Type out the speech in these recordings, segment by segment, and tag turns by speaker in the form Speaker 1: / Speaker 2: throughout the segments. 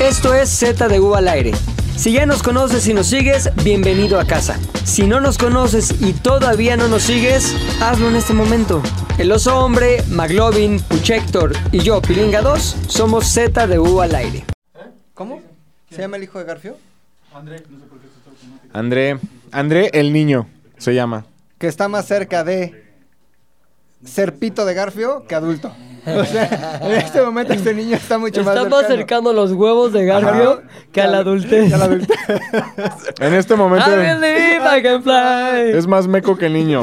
Speaker 1: Esto es Z de U al aire. Si ya nos conoces y nos sigues, bienvenido a casa. Si no nos conoces y todavía no nos sigues, hazlo en este momento. El oso hombre, Maglovin, Puchector y yo, Pilinga 2, somos Z de U al aire.
Speaker 2: ¿Cómo? ¿Se llama el hijo de Garfio?
Speaker 3: André. André el niño se llama.
Speaker 2: Que está más cerca de ser pito de Garfio que adulto. O sea, en este momento este niño está mucho más cercano.
Speaker 4: Estamos acercando los huevos de Garfio que a la adultez. Ah,
Speaker 2: Ya la adultez.
Speaker 3: En este momento
Speaker 4: I believe I can fly.
Speaker 3: es más meco que niño.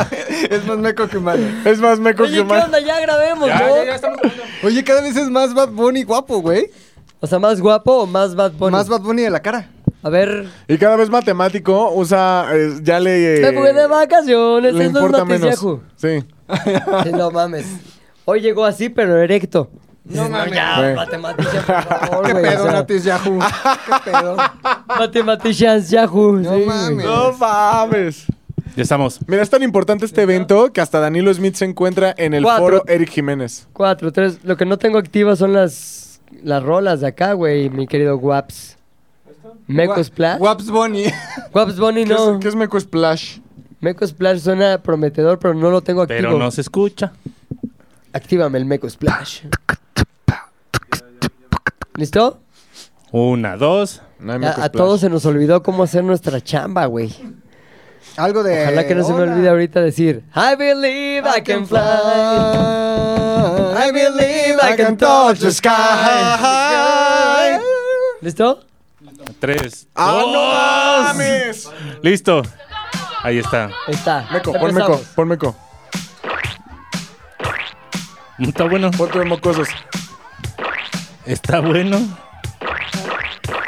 Speaker 2: es más meco que humano.
Speaker 3: Es más meco
Speaker 4: Oye,
Speaker 3: que
Speaker 4: ¿qué
Speaker 3: humano.
Speaker 4: onda? Ah, Ya grabemos, ¿no?
Speaker 2: Oye, cada vez es más Bad Bunny guapo, güey.
Speaker 4: O sea, ¿más guapo o más Bad Bunny?
Speaker 2: Más Bad Bunny de la cara.
Speaker 4: A ver.
Speaker 3: Y cada vez matemático usa, eh, ya le... eh,
Speaker 4: Me fui de vacaciones, eso
Speaker 3: le
Speaker 4: es
Speaker 3: importa
Speaker 4: noticia,
Speaker 3: menos.
Speaker 4: ju.
Speaker 3: Sí.
Speaker 4: Sí, No mames. Hoy llegó así, pero erecto.
Speaker 2: No mames.
Speaker 4: Ah,
Speaker 3: Güey.
Speaker 4: Matematician, por favor,
Speaker 2: ¿Qué
Speaker 4: güey, o
Speaker 2: pedo,
Speaker 4: sea,
Speaker 2: Natis Yahoo? ¿Qué pedo?
Speaker 4: Matematicians, Yahoo.
Speaker 2: No
Speaker 4: sí,
Speaker 2: mames.
Speaker 4: güey.
Speaker 3: No mames.
Speaker 5: Ya estamos.
Speaker 3: Mira, es tan importante este evento que hasta Danilo Smith se encuentra en el
Speaker 4: Cuatro.
Speaker 3: foro Eric Jiménez.
Speaker 4: Cuatro, tres. Lo que no tengo activas son las, las rolas de acá, güey, mi querido Guaps. Meco Splash.
Speaker 2: Waps Bunny.
Speaker 4: Guaps Bunny
Speaker 3: ¿Qué,
Speaker 4: no.
Speaker 3: es, qué es Meco Splash?
Speaker 4: Meco Splash suena prometedor, pero no lo tengo activo.
Speaker 5: Pero no se escucha.
Speaker 4: Actívame el Meco Splash. ¿Listo?
Speaker 5: Una, dos.
Speaker 3: No hay Meco
Speaker 4: A, a
Speaker 3: Splash.
Speaker 4: todos se nos olvidó cómo hacer nuestra chamba, güey.
Speaker 2: Algo de.
Speaker 4: Ojalá que no se me
Speaker 2: Hola.
Speaker 4: olvide ahorita decir I believe I can fly.
Speaker 2: I
Speaker 4: believe I can touch the sky. ¿Listo?
Speaker 5: Tres.
Speaker 3: ¡Ah,
Speaker 5: dos.
Speaker 3: no mames!
Speaker 5: Listo. Ahí está.
Speaker 4: Ahí Está.
Speaker 3: Meco,
Speaker 4: Ya
Speaker 3: pon Meco,
Speaker 4: empezamos.
Speaker 3: pon Meco.
Speaker 5: Está bueno.
Speaker 3: Pon tu de mocosos.
Speaker 5: Está bueno.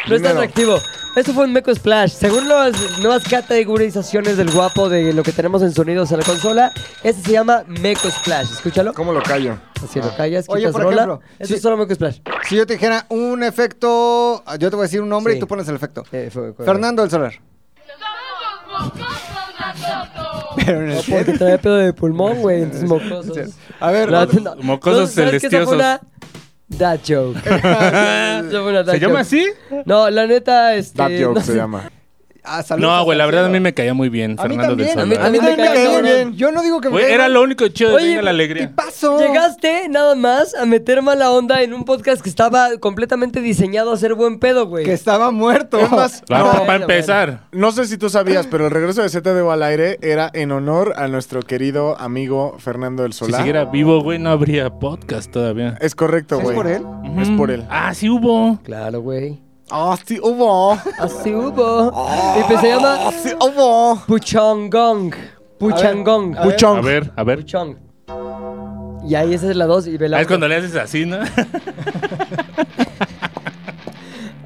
Speaker 4: No estás
Speaker 3: Primero.
Speaker 4: activo. Esto fue un Meco Splash. Según las nuevas categorizaciones del guapo de lo que tenemos en sonidos en la consola, este se llama Meco Splash. Escúchalo.
Speaker 3: ¿Cómo lo callo?
Speaker 4: Así lo callas,
Speaker 2: Oye,
Speaker 4: quitas
Speaker 2: por
Speaker 4: rola.
Speaker 2: ejemplo,
Speaker 4: Esto
Speaker 2: sí.
Speaker 4: es solo Meco Splash.
Speaker 2: Si yo te dijera un efecto, yo te voy a decir un nombre
Speaker 4: Sí.
Speaker 2: y tú pones el efecto.
Speaker 4: Eh, fue- fue-
Speaker 2: Fernando el Solar. Pero en
Speaker 4: No,
Speaker 2: el
Speaker 4: porque trae pedo de pulmón, güey. Entonces mocosos.
Speaker 2: A ver,
Speaker 4: La-
Speaker 2: otro-
Speaker 4: no.
Speaker 5: Mocosos
Speaker 4: No, ¿sabes qué? Esa fue
Speaker 5: celestiosos.
Speaker 4: una Dad joke. Esa fue una dad
Speaker 5: ¿Se llama
Speaker 4: joke.
Speaker 5: así?
Speaker 4: No, la neta, este.
Speaker 3: Dad joke
Speaker 4: no
Speaker 3: se
Speaker 4: sé.
Speaker 3: llama.
Speaker 2: ah, saludos
Speaker 5: No,
Speaker 2: al
Speaker 5: güey, la verdad a
Speaker 2: cielo.
Speaker 5: mí me caía muy bien
Speaker 2: A mí
Speaker 5: Fernando del
Speaker 2: también,
Speaker 5: Solar.
Speaker 4: a mí también.
Speaker 2: me
Speaker 4: caía
Speaker 2: caía
Speaker 4: cabrón.
Speaker 2: bien. Yo no digo que me
Speaker 5: Güey,
Speaker 2: caiga
Speaker 5: era
Speaker 2: mal.
Speaker 5: lo único chido de
Speaker 4: Oye,
Speaker 5: Venga la
Speaker 2: ¿Qué
Speaker 5: Alegría.
Speaker 2: pasó?
Speaker 4: Llegaste nada más a meter mala onda en un podcast que estaba completamente diseñado a ser buen pedo, güey.
Speaker 2: Que estaba muerto.
Speaker 3: Es más,
Speaker 5: Va-
Speaker 4: No,
Speaker 5: va-
Speaker 4: bueno,
Speaker 5: Para empezar.
Speaker 3: No sé si tú sabías, pero el regreso de ZDU al aire era en honor a nuestro querido amigo Fernando del
Speaker 5: Si
Speaker 3: Solar.
Speaker 5: siguiera vivo, güey, no habría podcast todavía.
Speaker 3: Es correcto,
Speaker 2: ¿Es
Speaker 3: güey.
Speaker 2: por él?
Speaker 3: Es por él.
Speaker 5: Ah, sí hubo.
Speaker 4: Claro, güey.
Speaker 3: Ah, sí hubo.
Speaker 4: Así hubo. y pues se
Speaker 2: Ah,
Speaker 4: llama
Speaker 3: Sí hubo.
Speaker 4: Puchongong. Puchangong.
Speaker 2: A ver.
Speaker 3: Puchón.
Speaker 5: A ver, a ver.
Speaker 4: Puchong. Y ahí esa es la 2 y ve la
Speaker 5: Ah, es
Speaker 4: otra.
Speaker 5: cuando le haces así, ¿no?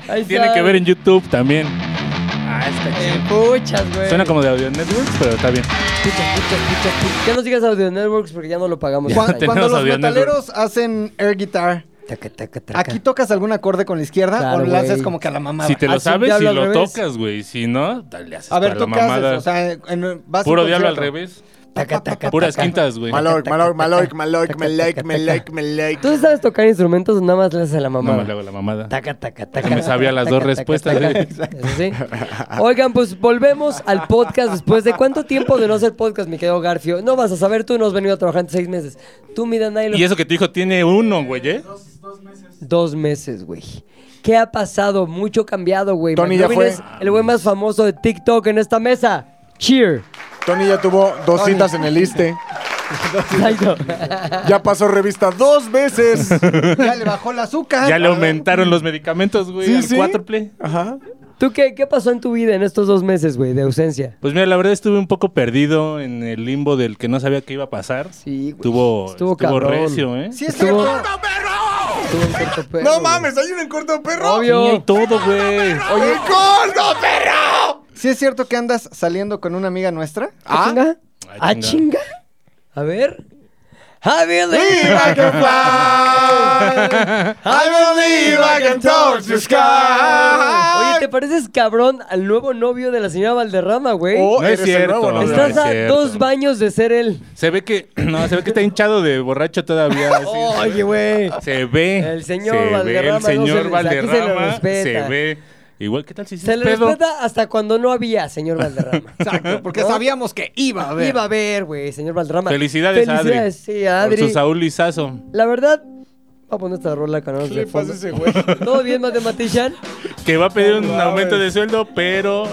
Speaker 4: Ahí
Speaker 5: Tiene
Speaker 4: está.
Speaker 5: que ver en YouTube también. Ah, está
Speaker 4: Eh,
Speaker 5: chido.
Speaker 4: Puchas, güey.
Speaker 5: Suena como de Audio Networks, pero está bien.
Speaker 4: Pucha, pucha, pucha, pucha. Ya no sigas Audio Networks porque ya no lo pagamos.
Speaker 2: Cuan-
Speaker 4: Este año.
Speaker 2: cuando
Speaker 5: tenemos
Speaker 2: los
Speaker 5: Audio
Speaker 2: metaleros hacen air guitar,
Speaker 4: Taca, taca, taca.
Speaker 2: ¿aquí tocas algún acorde con la izquierda
Speaker 4: Claro,
Speaker 2: o le haces
Speaker 4: güey.
Speaker 2: como que a la mamada?
Speaker 5: Si te lo
Speaker 4: Haz un
Speaker 5: sabes, si
Speaker 4: diablo al
Speaker 5: lo
Speaker 4: revés.
Speaker 5: tocas, güey. Si no, dale, le haces
Speaker 2: A ver,
Speaker 5: para la
Speaker 2: ¿tú qué haces?
Speaker 5: mamada.
Speaker 2: O sea, en- vas a
Speaker 5: Puro
Speaker 2: un
Speaker 5: diablo al
Speaker 2: concierto.
Speaker 5: revés.
Speaker 4: Taca, taca,
Speaker 5: Puras
Speaker 4: taca.
Speaker 5: quintas, güey.
Speaker 3: Maloic, Maloic, Maloic, Maloic, Maloic, Maloic, Maloic.
Speaker 4: ¿Tú sabes tocar instrumentos o nada más le haces a la
Speaker 5: No
Speaker 4: mamá?
Speaker 5: me le hago la mamada.
Speaker 4: Taca, taca, taca.
Speaker 5: Ya me sabía las dos respuestas, ¿eh?
Speaker 4: Eso sí. Oigan, pues volvemos al podcast después de cuánto tiempo de no hacer podcast, mi querido Garfio. No vas a saber, tú no has venido a trabajar en seis meses. Tú, mi Danilo,
Speaker 5: Y eso que tu hijo tiene uno, güey, ¿eh?
Speaker 4: dos meses, güey. ¿Qué ha pasado? Mucho cambiado, güey.
Speaker 3: Tony ya
Speaker 4: McLovin
Speaker 3: fue.
Speaker 4: es el güey más famoso de TikTok en esta mesa. Cheer.
Speaker 3: Tony ya tuvo dos citas en el ISTE.
Speaker 4: Exacto.
Speaker 3: Ya pasó revista dos veces.
Speaker 2: Ya le bajó el azúcar.
Speaker 5: Ya le aumentaron los medicamentos, güey,
Speaker 3: Sí,
Speaker 5: al
Speaker 3: sí.
Speaker 5: cuádruple.
Speaker 3: Ajá.
Speaker 4: ¿Tú qué, qué pasó en tu vida en estos dos meses, güey, de ausencia?
Speaker 5: Pues mira, la verdad estuve un poco perdido en el limbo del que no sabía qué iba a pasar.
Speaker 4: Sí, güey.
Speaker 5: Estuvo,
Speaker 4: Estuvo
Speaker 5: estuvo,
Speaker 4: cabrón.
Speaker 5: recio, ¿eh?
Speaker 2: Sí, es
Speaker 4: Estuvo-
Speaker 2: cierto.
Speaker 4: Estuvo en corto pelo,
Speaker 3: No
Speaker 4: güey.
Speaker 3: mames, hay un encuentro perro.
Speaker 5: Sí, hay
Speaker 4: Obvio.
Speaker 5: todo, güey.
Speaker 3: Oye, gordo perro.
Speaker 2: ¿Sí es cierto que andas saliendo con una amiga nuestra?
Speaker 4: ¿Ah? ¿Chinga?
Speaker 5: Ah,
Speaker 4: ¿Ah,
Speaker 5: chinga.
Speaker 4: chinga? A ver. I believe
Speaker 3: I can fly. I believe I can touch the sky.
Speaker 4: Oye, te pareces cabrón al nuevo novio de la señora Valderrama, güey.
Speaker 3: O
Speaker 5: No
Speaker 3: eres
Speaker 5: es
Speaker 3: el
Speaker 5: cierto,
Speaker 3: nuevo, ¿no?
Speaker 5: Oh, no
Speaker 4: Estás
Speaker 5: es
Speaker 4: a
Speaker 5: cierto.
Speaker 4: dos baños de ser él.
Speaker 5: Se ve que, no, se ve que está hinchado de borracho todavía. así.
Speaker 4: Oye, güey.
Speaker 5: Se ve.
Speaker 4: El señor
Speaker 5: se ve,
Speaker 4: Valderrama,
Speaker 5: El
Speaker 4: no se-
Speaker 5: señor
Speaker 4: aquí se
Speaker 5: Valderrama
Speaker 4: le respeta.
Speaker 5: se, ve. Igual, ¿qué tal si
Speaker 4: Se
Speaker 5: es
Speaker 4: le
Speaker 5: pedo?
Speaker 4: respeta hasta cuando no había, señor Valderrama.
Speaker 2: Exacto, porque sabíamos que iba a haber.
Speaker 4: Iba a haber, güey, señor Valderrama.
Speaker 5: Felicidades, a Adri.
Speaker 4: Felicidades, sí, a Adri.
Speaker 5: Por su Saúl Lizazo.
Speaker 4: La verdad, va a poner esta rola con
Speaker 3: ¿Qué le
Speaker 4: de fondo.
Speaker 3: pasa a ese güey?
Speaker 4: ¿Todo bien, matematician?
Speaker 5: Que va a pedir un
Speaker 3: No mames.
Speaker 5: aumento de sueldo, pero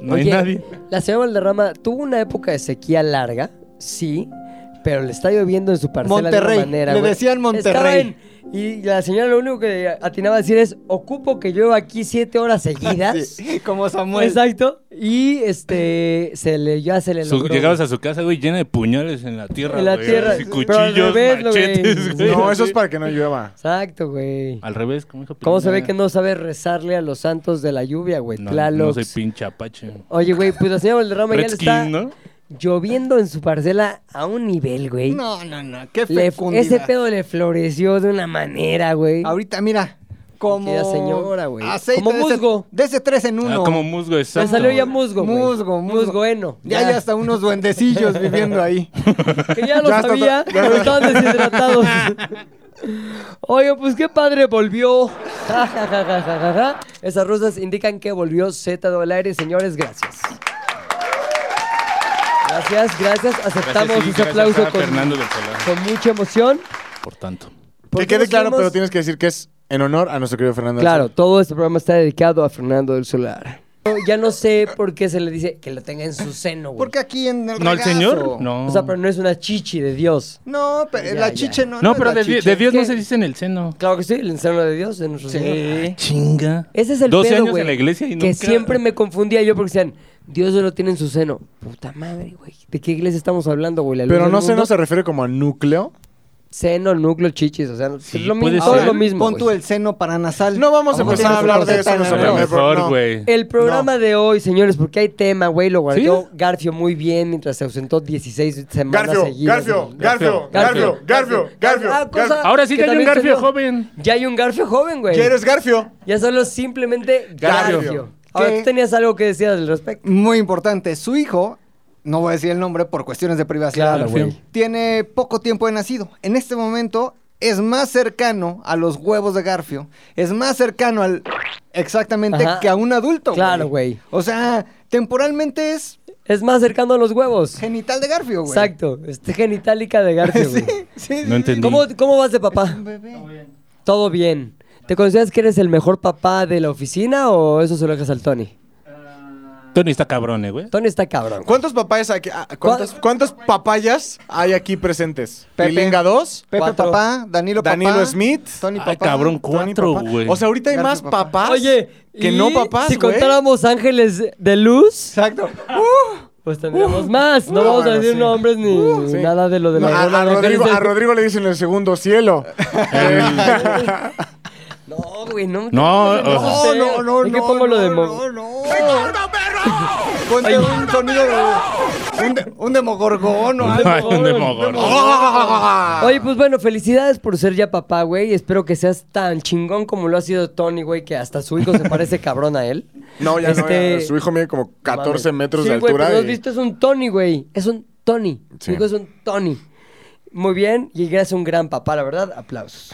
Speaker 5: no hay
Speaker 4: Oye,
Speaker 5: nadie.
Speaker 4: La señora Valderrama tuvo una época de sequía larga, sí, pero le está lloviendo en su parcela de
Speaker 2: Monterrey,
Speaker 4: una manera.
Speaker 2: le
Speaker 4: güey.
Speaker 2: decían
Speaker 4: Estaba en-
Speaker 2: Monterrey.
Speaker 4: y la señora lo único que atinaba a decir es, ocupo que llueva aquí siete horas seguidas.
Speaker 2: Sí, como Samuel.
Speaker 4: Exacto. Y este se le ya se le
Speaker 5: Su-
Speaker 4: logró,
Speaker 5: llegabas
Speaker 4: güey.
Speaker 5: a su casa, güey, llena de puñales en la tierra.
Speaker 4: En la
Speaker 5: güey,
Speaker 4: tierra,
Speaker 5: así,
Speaker 4: sí, pero al
Speaker 5: cuchillos,
Speaker 4: revés, lo güey.
Speaker 5: machetes, güey.
Speaker 3: No,
Speaker 5: así.
Speaker 3: eso es para que no llueva.
Speaker 4: Exacto, güey.
Speaker 5: Al revés, ¿cómo dijo?
Speaker 4: ¿Cómo se ve que no sabe rezarle a los santos de la lluvia, güey?
Speaker 5: No,
Speaker 4: Tlalocs.
Speaker 5: no soy pinche apache.
Speaker 4: Oye, güey, pues la señora Valderrama ya le
Speaker 5: Redskin,
Speaker 4: está
Speaker 5: ¿no?
Speaker 4: lloviendo en su parcela a un nivel, güey.
Speaker 2: No, no, no. Qué
Speaker 4: Le-
Speaker 2: fecundidad.
Speaker 4: ese pedo le floreció de una manera, güey.
Speaker 2: Ahorita, mira. Como.
Speaker 4: Qué señora, güey.
Speaker 2: Aceite
Speaker 4: Como
Speaker 2: de ese-
Speaker 4: musgo.
Speaker 2: De ese tres en
Speaker 5: Ah,
Speaker 2: uno.
Speaker 5: como musgo,
Speaker 4: Me
Speaker 5: exacto.
Speaker 4: salió ya musgo, güey.
Speaker 2: Musgo, musgo.
Speaker 4: Musgo heno.
Speaker 2: Ya hay hasta unos duendecillos viviendo ahí.
Speaker 4: Que ya lo
Speaker 3: Ya está-
Speaker 4: sabía,
Speaker 3: ya-
Speaker 4: pero estaban deshidratados. Oye, pues qué padre volvió. Ja, ja, ja, ja, ja, ja, ja. Esas rosas indican que volvió Z al aire, señores, gracias. Gracias, gracias.
Speaker 5: Gracias,
Speaker 4: Aceptamos ese
Speaker 5: sí, gracias
Speaker 4: aplauso
Speaker 5: a
Speaker 4: con,
Speaker 5: Fernando del Solar,
Speaker 4: con mucha emoción.
Speaker 5: por tanto.
Speaker 4: Porque
Speaker 3: Que quede
Speaker 4: nos
Speaker 3: claro,
Speaker 4: vemos-
Speaker 3: pero tienes que decir que es en honor a nuestro querido Fernando.
Speaker 4: Claro,
Speaker 3: Alonso.
Speaker 4: todo este programa está dedicado a Fernando del Solar. No, Ya no sé por qué se le dice que lo tenga en su seno, güey.
Speaker 2: Porque aquí en el
Speaker 5: ¿No el
Speaker 2: regazo.
Speaker 5: señor? No.
Speaker 4: O sea, pero no es una chichi de Dios.
Speaker 2: No, pero
Speaker 4: Ya,
Speaker 2: la
Speaker 4: ya.
Speaker 2: chiche no.
Speaker 5: No,
Speaker 2: es
Speaker 5: pero
Speaker 2: la
Speaker 5: de, di-
Speaker 2: chiche.
Speaker 5: de Dios
Speaker 4: ¿Qué?
Speaker 5: no se dice en el seno.
Speaker 4: Claro que sí, el seno de Dios en nuestro seno.
Speaker 5: Chinga.
Speaker 4: Ese es el
Speaker 5: 12
Speaker 4: pedo,
Speaker 5: años
Speaker 4: güey,
Speaker 5: en la iglesia y
Speaker 4: Que
Speaker 5: nunca-
Speaker 4: siempre me confundía yo porque decían, Dios lo tiene en su seno. Puta madre, güey. ¿De qué iglesia estamos hablando, güey? ¿La luz
Speaker 3: Pero
Speaker 4: del
Speaker 3: no sé,
Speaker 4: mundo?
Speaker 3: no se refiere como a núcleo.
Speaker 4: Seno, núcleo, chichis. O sea,
Speaker 5: Sí,
Speaker 4: es lo
Speaker 5: puede
Speaker 4: mismo, todo
Speaker 5: ser.
Speaker 4: es lo mismo.
Speaker 2: Pon
Speaker 4: güey.
Speaker 2: tú el seno paranasal.
Speaker 3: No vamos a
Speaker 2: ¿Cómo
Speaker 3: empezar a
Speaker 2: tienes
Speaker 3: hablar de
Speaker 2: una
Speaker 3: eso
Speaker 2: roseta
Speaker 3: en nuestro
Speaker 5: A
Speaker 2: en el
Speaker 5: lo
Speaker 3: primer
Speaker 2: arroz?
Speaker 5: mejor,
Speaker 3: no.
Speaker 5: güey.
Speaker 4: El programa de hoy, señores, porque hay tema, güey. Lo guardó
Speaker 5: ¿Sí?
Speaker 4: Garfio muy bien mientras se ausentó 16 semanas
Speaker 3: Garfio,
Speaker 4: seguidas.
Speaker 3: Garfio,
Speaker 4: güey.
Speaker 3: Garfio,
Speaker 5: Garfio,
Speaker 3: Garfio, Garfio, Garfio.
Speaker 4: Ah, cosa
Speaker 3: Garfio.
Speaker 5: Ahora sí
Speaker 4: que
Speaker 5: que hay un
Speaker 4: también
Speaker 5: Garfio
Speaker 4: salió.
Speaker 5: joven.
Speaker 4: Ya hay un Garfio joven, güey.
Speaker 3: ¿Quieres Garfio?
Speaker 4: Ya solo simplemente Garfio.
Speaker 3: Garfio.
Speaker 4: Ahora,
Speaker 2: ¿Qué?
Speaker 4: tú tenías algo que decías al respecto.
Speaker 2: Muy importante. Su hijo, no voy a decir el nombre por cuestiones de privacidad.
Speaker 4: Claro, güey.
Speaker 2: Tiene poco tiempo de nacido. En este momento es más cercano a los huevos de Garfio. Es más cercano al. Exactamente,
Speaker 4: Ajá.
Speaker 2: que a un adulto.
Speaker 4: Claro, güey.
Speaker 2: O sea, temporalmente es
Speaker 4: Es más cercano a los huevos.
Speaker 2: genital de Garfio, güey.
Speaker 4: Exacto. Este genitálica de Garfio, güey.
Speaker 2: Sí, sí,
Speaker 5: No entendí.
Speaker 4: ¿Cómo, cómo vas de papá?
Speaker 2: bebé.
Speaker 4: Todo bien. ¿Te consideras que eres el mejor papá de la oficina o eso se lo dejas al Tony?
Speaker 5: Tony está cabrón, eh, güey.
Speaker 4: Tony está cabrón. güey.
Speaker 3: ¿Cuántos papayas aquí? ah, ¿Cuántos, cuántos papayas hay aquí presentes?
Speaker 2: Pepe.
Speaker 3: Pilinga 2,
Speaker 2: Pepe
Speaker 4: Cuatro.
Speaker 2: Papá, Danilo Papá.
Speaker 3: Danilo Smith.
Speaker 2: Tony
Speaker 5: Ay,
Speaker 2: Papá.
Speaker 3: Tony
Speaker 5: cabrón, cuatro,
Speaker 3: Papá.
Speaker 5: güey.
Speaker 3: O sea, ahorita hay
Speaker 2: Garfio
Speaker 3: más
Speaker 2: Papá.
Speaker 3: papás
Speaker 4: Oye,
Speaker 3: que
Speaker 4: y
Speaker 3: no papás,
Speaker 4: Si
Speaker 3: güey.
Speaker 4: contáramos ángeles de luz,
Speaker 2: Exacto.
Speaker 4: pues tendríamos más. No vamos a
Speaker 3: Uh, bueno,
Speaker 4: decir
Speaker 3: sí. Uh,
Speaker 4: nombres ni
Speaker 3: Sí.
Speaker 4: nada de lo de
Speaker 3: No,
Speaker 4: la
Speaker 3: a,
Speaker 4: bola
Speaker 3: a
Speaker 4: de ángeles
Speaker 3: Rodrigo,
Speaker 4: de-
Speaker 3: a Rodrigo le dicen el segundo cielo.
Speaker 4: No, güey, no.
Speaker 5: No, o-
Speaker 2: Oh,
Speaker 4: sé. Es que pongo lo de mo-
Speaker 2: Ponte un sonido de. Un, de, un demogorgón o
Speaker 5: Ay,
Speaker 2: algo.
Speaker 5: un demogorgon.
Speaker 4: Oye, pues bueno, felicidades por ser ya papá, güey. Espero que seas tan chingón como lo ha sido Tony, güey, que hasta su hijo se parece cabrón a él.
Speaker 3: No, ya
Speaker 4: Este-
Speaker 3: no. ya, Su hijo mide como 14
Speaker 4: Mames.
Speaker 3: metros
Speaker 4: Sí,
Speaker 3: de
Speaker 4: güey,
Speaker 3: altura.
Speaker 4: pero
Speaker 3: y-
Speaker 4: has visto, es un Tony, güey. Es un Tony.
Speaker 3: Sí.
Speaker 4: Su hijo es un Tony. Muy bien, y eres un gran papá, la verdad. Aplausos.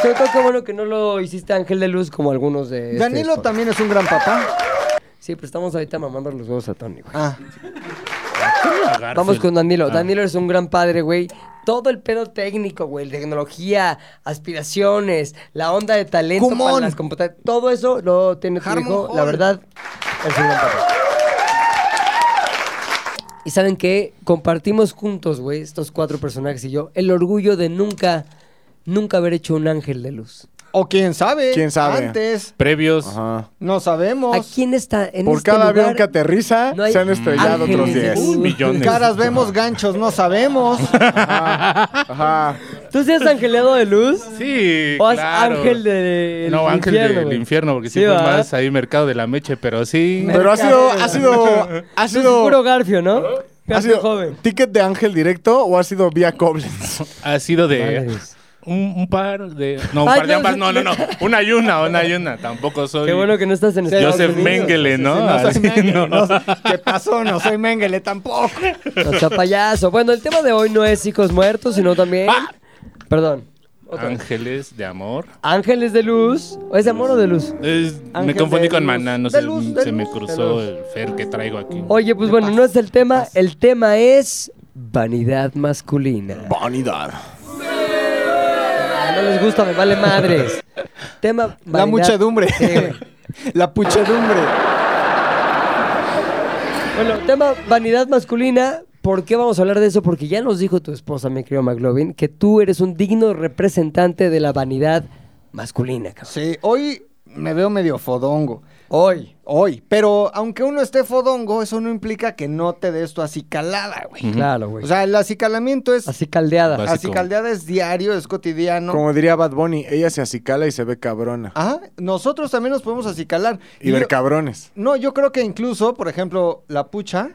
Speaker 4: Sobre todo, qué bueno que no lo hiciste Ángel de Luz como algunos de. este
Speaker 2: Danilo
Speaker 4: podcast.
Speaker 2: también es un gran papá.
Speaker 4: Sí, pero estamos ahorita mamando los huevos a Tony, güey.
Speaker 2: Ah,
Speaker 3: Ah,
Speaker 4: Vamos con Danilo. Danilo es un gran padre, güey. Todo el pedo técnico, güey. Tecnología, aspiraciones, la onda de talento
Speaker 2: Come
Speaker 4: para
Speaker 2: on.
Speaker 4: las computadoras. Todo eso lo tiene tu
Speaker 2: Harmon
Speaker 4: hijo.
Speaker 2: Hall.
Speaker 4: La verdad, es un gran padre. Y saben que compartimos juntos, güey, estos cuatro personajes y yo, el orgullo de nunca, nunca haber hecho un ángel de luz.
Speaker 2: o quién sabe.
Speaker 3: ¿Quién sabe?
Speaker 2: Antes,
Speaker 5: Previos.
Speaker 3: Ajá.
Speaker 2: no sabemos.
Speaker 4: Aquí en esta, en
Speaker 3: Por
Speaker 4: este
Speaker 3: cada avión
Speaker 4: lugar,
Speaker 3: que aterriza,
Speaker 4: no hay
Speaker 3: se han estrellado otros
Speaker 4: ángeles de
Speaker 3: 10.
Speaker 4: luz.
Speaker 5: Un millón.
Speaker 2: Caras vemos, ganchos no sabemos.
Speaker 3: Ajá.
Speaker 4: ¿Tú sí has angeleado de luz?
Speaker 5: Sí,
Speaker 4: ¿O has
Speaker 5: claro.
Speaker 4: ángel del
Speaker 5: no, ángel
Speaker 4: infierno,
Speaker 5: del
Speaker 4: güey?
Speaker 5: infierno, porque
Speaker 4: Sí,
Speaker 5: sí, fue
Speaker 4: ¿verdad?
Speaker 5: más ahí mercado de la meche, pero sí.
Speaker 3: Pero ha sido, ha sido, ha
Speaker 4: Eso es puro
Speaker 3: sido,
Speaker 4: Garfio, ¿no? Garfio
Speaker 3: ha sido
Speaker 4: joven.
Speaker 3: ticket de ángel directo o ha sido vía Koblenz.
Speaker 5: Ha sido de.
Speaker 4: Madres.
Speaker 5: un, un par de. No, un
Speaker 4: Ay,
Speaker 5: par de
Speaker 4: no,
Speaker 5: ambas. No, no, no. Una y una, una y una. Tampoco soy.
Speaker 4: Qué bueno que no estás en
Speaker 2: Sí,
Speaker 4: Estados
Speaker 5: Joseph
Speaker 4: Unidos.
Speaker 5: Mengele, ¿no?
Speaker 2: Sí, no soy
Speaker 5: Así,
Speaker 2: Mengele,
Speaker 5: no.
Speaker 2: no soy- ¿Qué pasó? No soy Mengele tampoco.
Speaker 4: O sea, payaso. Bueno, el tema de hoy no es hijos muertos, sino también.
Speaker 5: Ah.
Speaker 4: Perdón. Otra vez.
Speaker 5: Ángeles de amor.
Speaker 4: Ángeles de luz. ¿O ¿Es de amor o de luz?
Speaker 5: Es- me
Speaker 4: Ángel
Speaker 5: confundí
Speaker 4: de
Speaker 5: con
Speaker 4: luz.
Speaker 5: maná, no
Speaker 4: De
Speaker 5: sé,
Speaker 4: luz, de
Speaker 5: se me
Speaker 4: luz, de
Speaker 5: cruzó
Speaker 4: luz.
Speaker 5: el fer que traigo aquí.
Speaker 4: Oye, pues bueno, no es el tema. El tema es vanidad masculina.
Speaker 3: Vanidad.
Speaker 4: Ah, No les gusta, me vale madres. tema
Speaker 2: La
Speaker 4: vanidad-
Speaker 2: muchedumbre.
Speaker 4: Sí, güey.
Speaker 2: La puchedumbre.
Speaker 4: Bueno, tema vanidad masculina. ¿Por qué vamos a hablar de eso? Porque ya nos dijo tu esposa, mi querido McLovin, que tú eres un digno representante de la vanidad masculina, cabrón.
Speaker 2: Sí, hoy me veo medio fodongo. Hoy. Hoy. Pero aunque uno esté fodongo, eso no implica que no te des tu acicalada, güey.
Speaker 4: Claro, güey.
Speaker 2: O sea, el acicalamiento es...
Speaker 4: Así caldeada.
Speaker 5: Básico.
Speaker 2: Acicaldeada es diario, es cotidiano.
Speaker 3: Como diría Bad Bunny, ella se acicala y se ve cabrona.
Speaker 4: Ah,
Speaker 2: Ajá, Ah, nosotros también nos podemos acicalar.
Speaker 3: y ver
Speaker 2: yo-
Speaker 3: cabrones.
Speaker 2: No, yo creo que incluso, por ejemplo, la pucha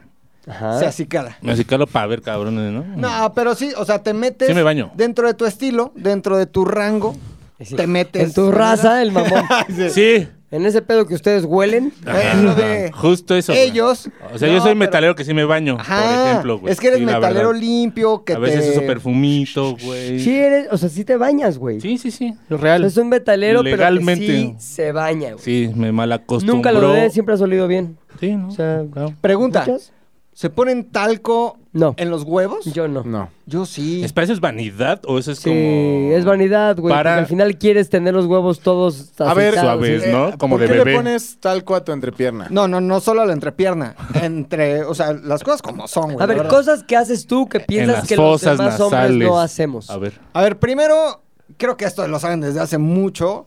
Speaker 3: Ah.
Speaker 4: Ajá.
Speaker 2: se acicala.
Speaker 5: Me acicalo para ver cabrones, ¿no?
Speaker 2: No, pero sí, o sea, te metes
Speaker 5: Sí me baño.
Speaker 2: dentro de tu estilo, dentro de tu rango,
Speaker 4: Sí.
Speaker 2: te metes.
Speaker 4: En tu raza, el mamón.
Speaker 5: Sí.
Speaker 4: En ese pedo que ustedes huelen.
Speaker 2: Eh, lo de
Speaker 5: Justo eso. güey.
Speaker 2: ellos.
Speaker 5: O sea, yo soy
Speaker 2: No, pero-
Speaker 5: metalero que sí me baño, por ejemplo, güey.
Speaker 2: Es que eres
Speaker 5: Sí, la
Speaker 2: metalero
Speaker 5: verdad.
Speaker 2: limpio, que
Speaker 5: A veces
Speaker 2: te...
Speaker 5: uso perfumito, güey.
Speaker 4: Sí eres, o sea, sí te bañas, güey.
Speaker 5: sí, sí, sí. Lo
Speaker 4: O sea,
Speaker 5: real.
Speaker 4: Es un metalero,
Speaker 5: Legalmente.
Speaker 4: pero que sí se baña, güey.
Speaker 5: Sí, me malacostumbró.
Speaker 4: Nunca lo de, siempre has olido bien.
Speaker 5: Sí, ¿no?
Speaker 4: O sea,
Speaker 5: Claro.
Speaker 2: Pregunta,
Speaker 4: ¿Muchas?
Speaker 2: ¿se ponen talco
Speaker 4: No.
Speaker 2: en los huevos?
Speaker 4: Yo no.
Speaker 3: No.
Speaker 2: Yo sí.
Speaker 5: ¿Es para eso es vanidad o eso es
Speaker 4: Sí,
Speaker 5: como...?
Speaker 4: es vanidad, güey.
Speaker 5: Para-
Speaker 4: porque Al final quieres tener los huevos todos
Speaker 3: A ver,
Speaker 4: aceitados,
Speaker 5: suaves,
Speaker 4: ¿sí?
Speaker 5: ¿no? Como
Speaker 3: Eh, ¿por
Speaker 5: de
Speaker 3: qué
Speaker 5: bebé.
Speaker 3: le pones talco a tu entrepierna?
Speaker 2: No, no, no solo a la entrepierna. Entre, o sea, las cosas como son, güey.
Speaker 4: A
Speaker 2: la
Speaker 4: ver,
Speaker 2: verdad.
Speaker 4: cosas que haces tú que
Speaker 5: En
Speaker 4: piensas
Speaker 5: las
Speaker 4: que los
Speaker 5: fosas
Speaker 4: demás hombres
Speaker 5: nasales.
Speaker 4: no hacemos.
Speaker 5: A ver.
Speaker 2: A ver, primero, creo que esto lo saben desde hace mucho,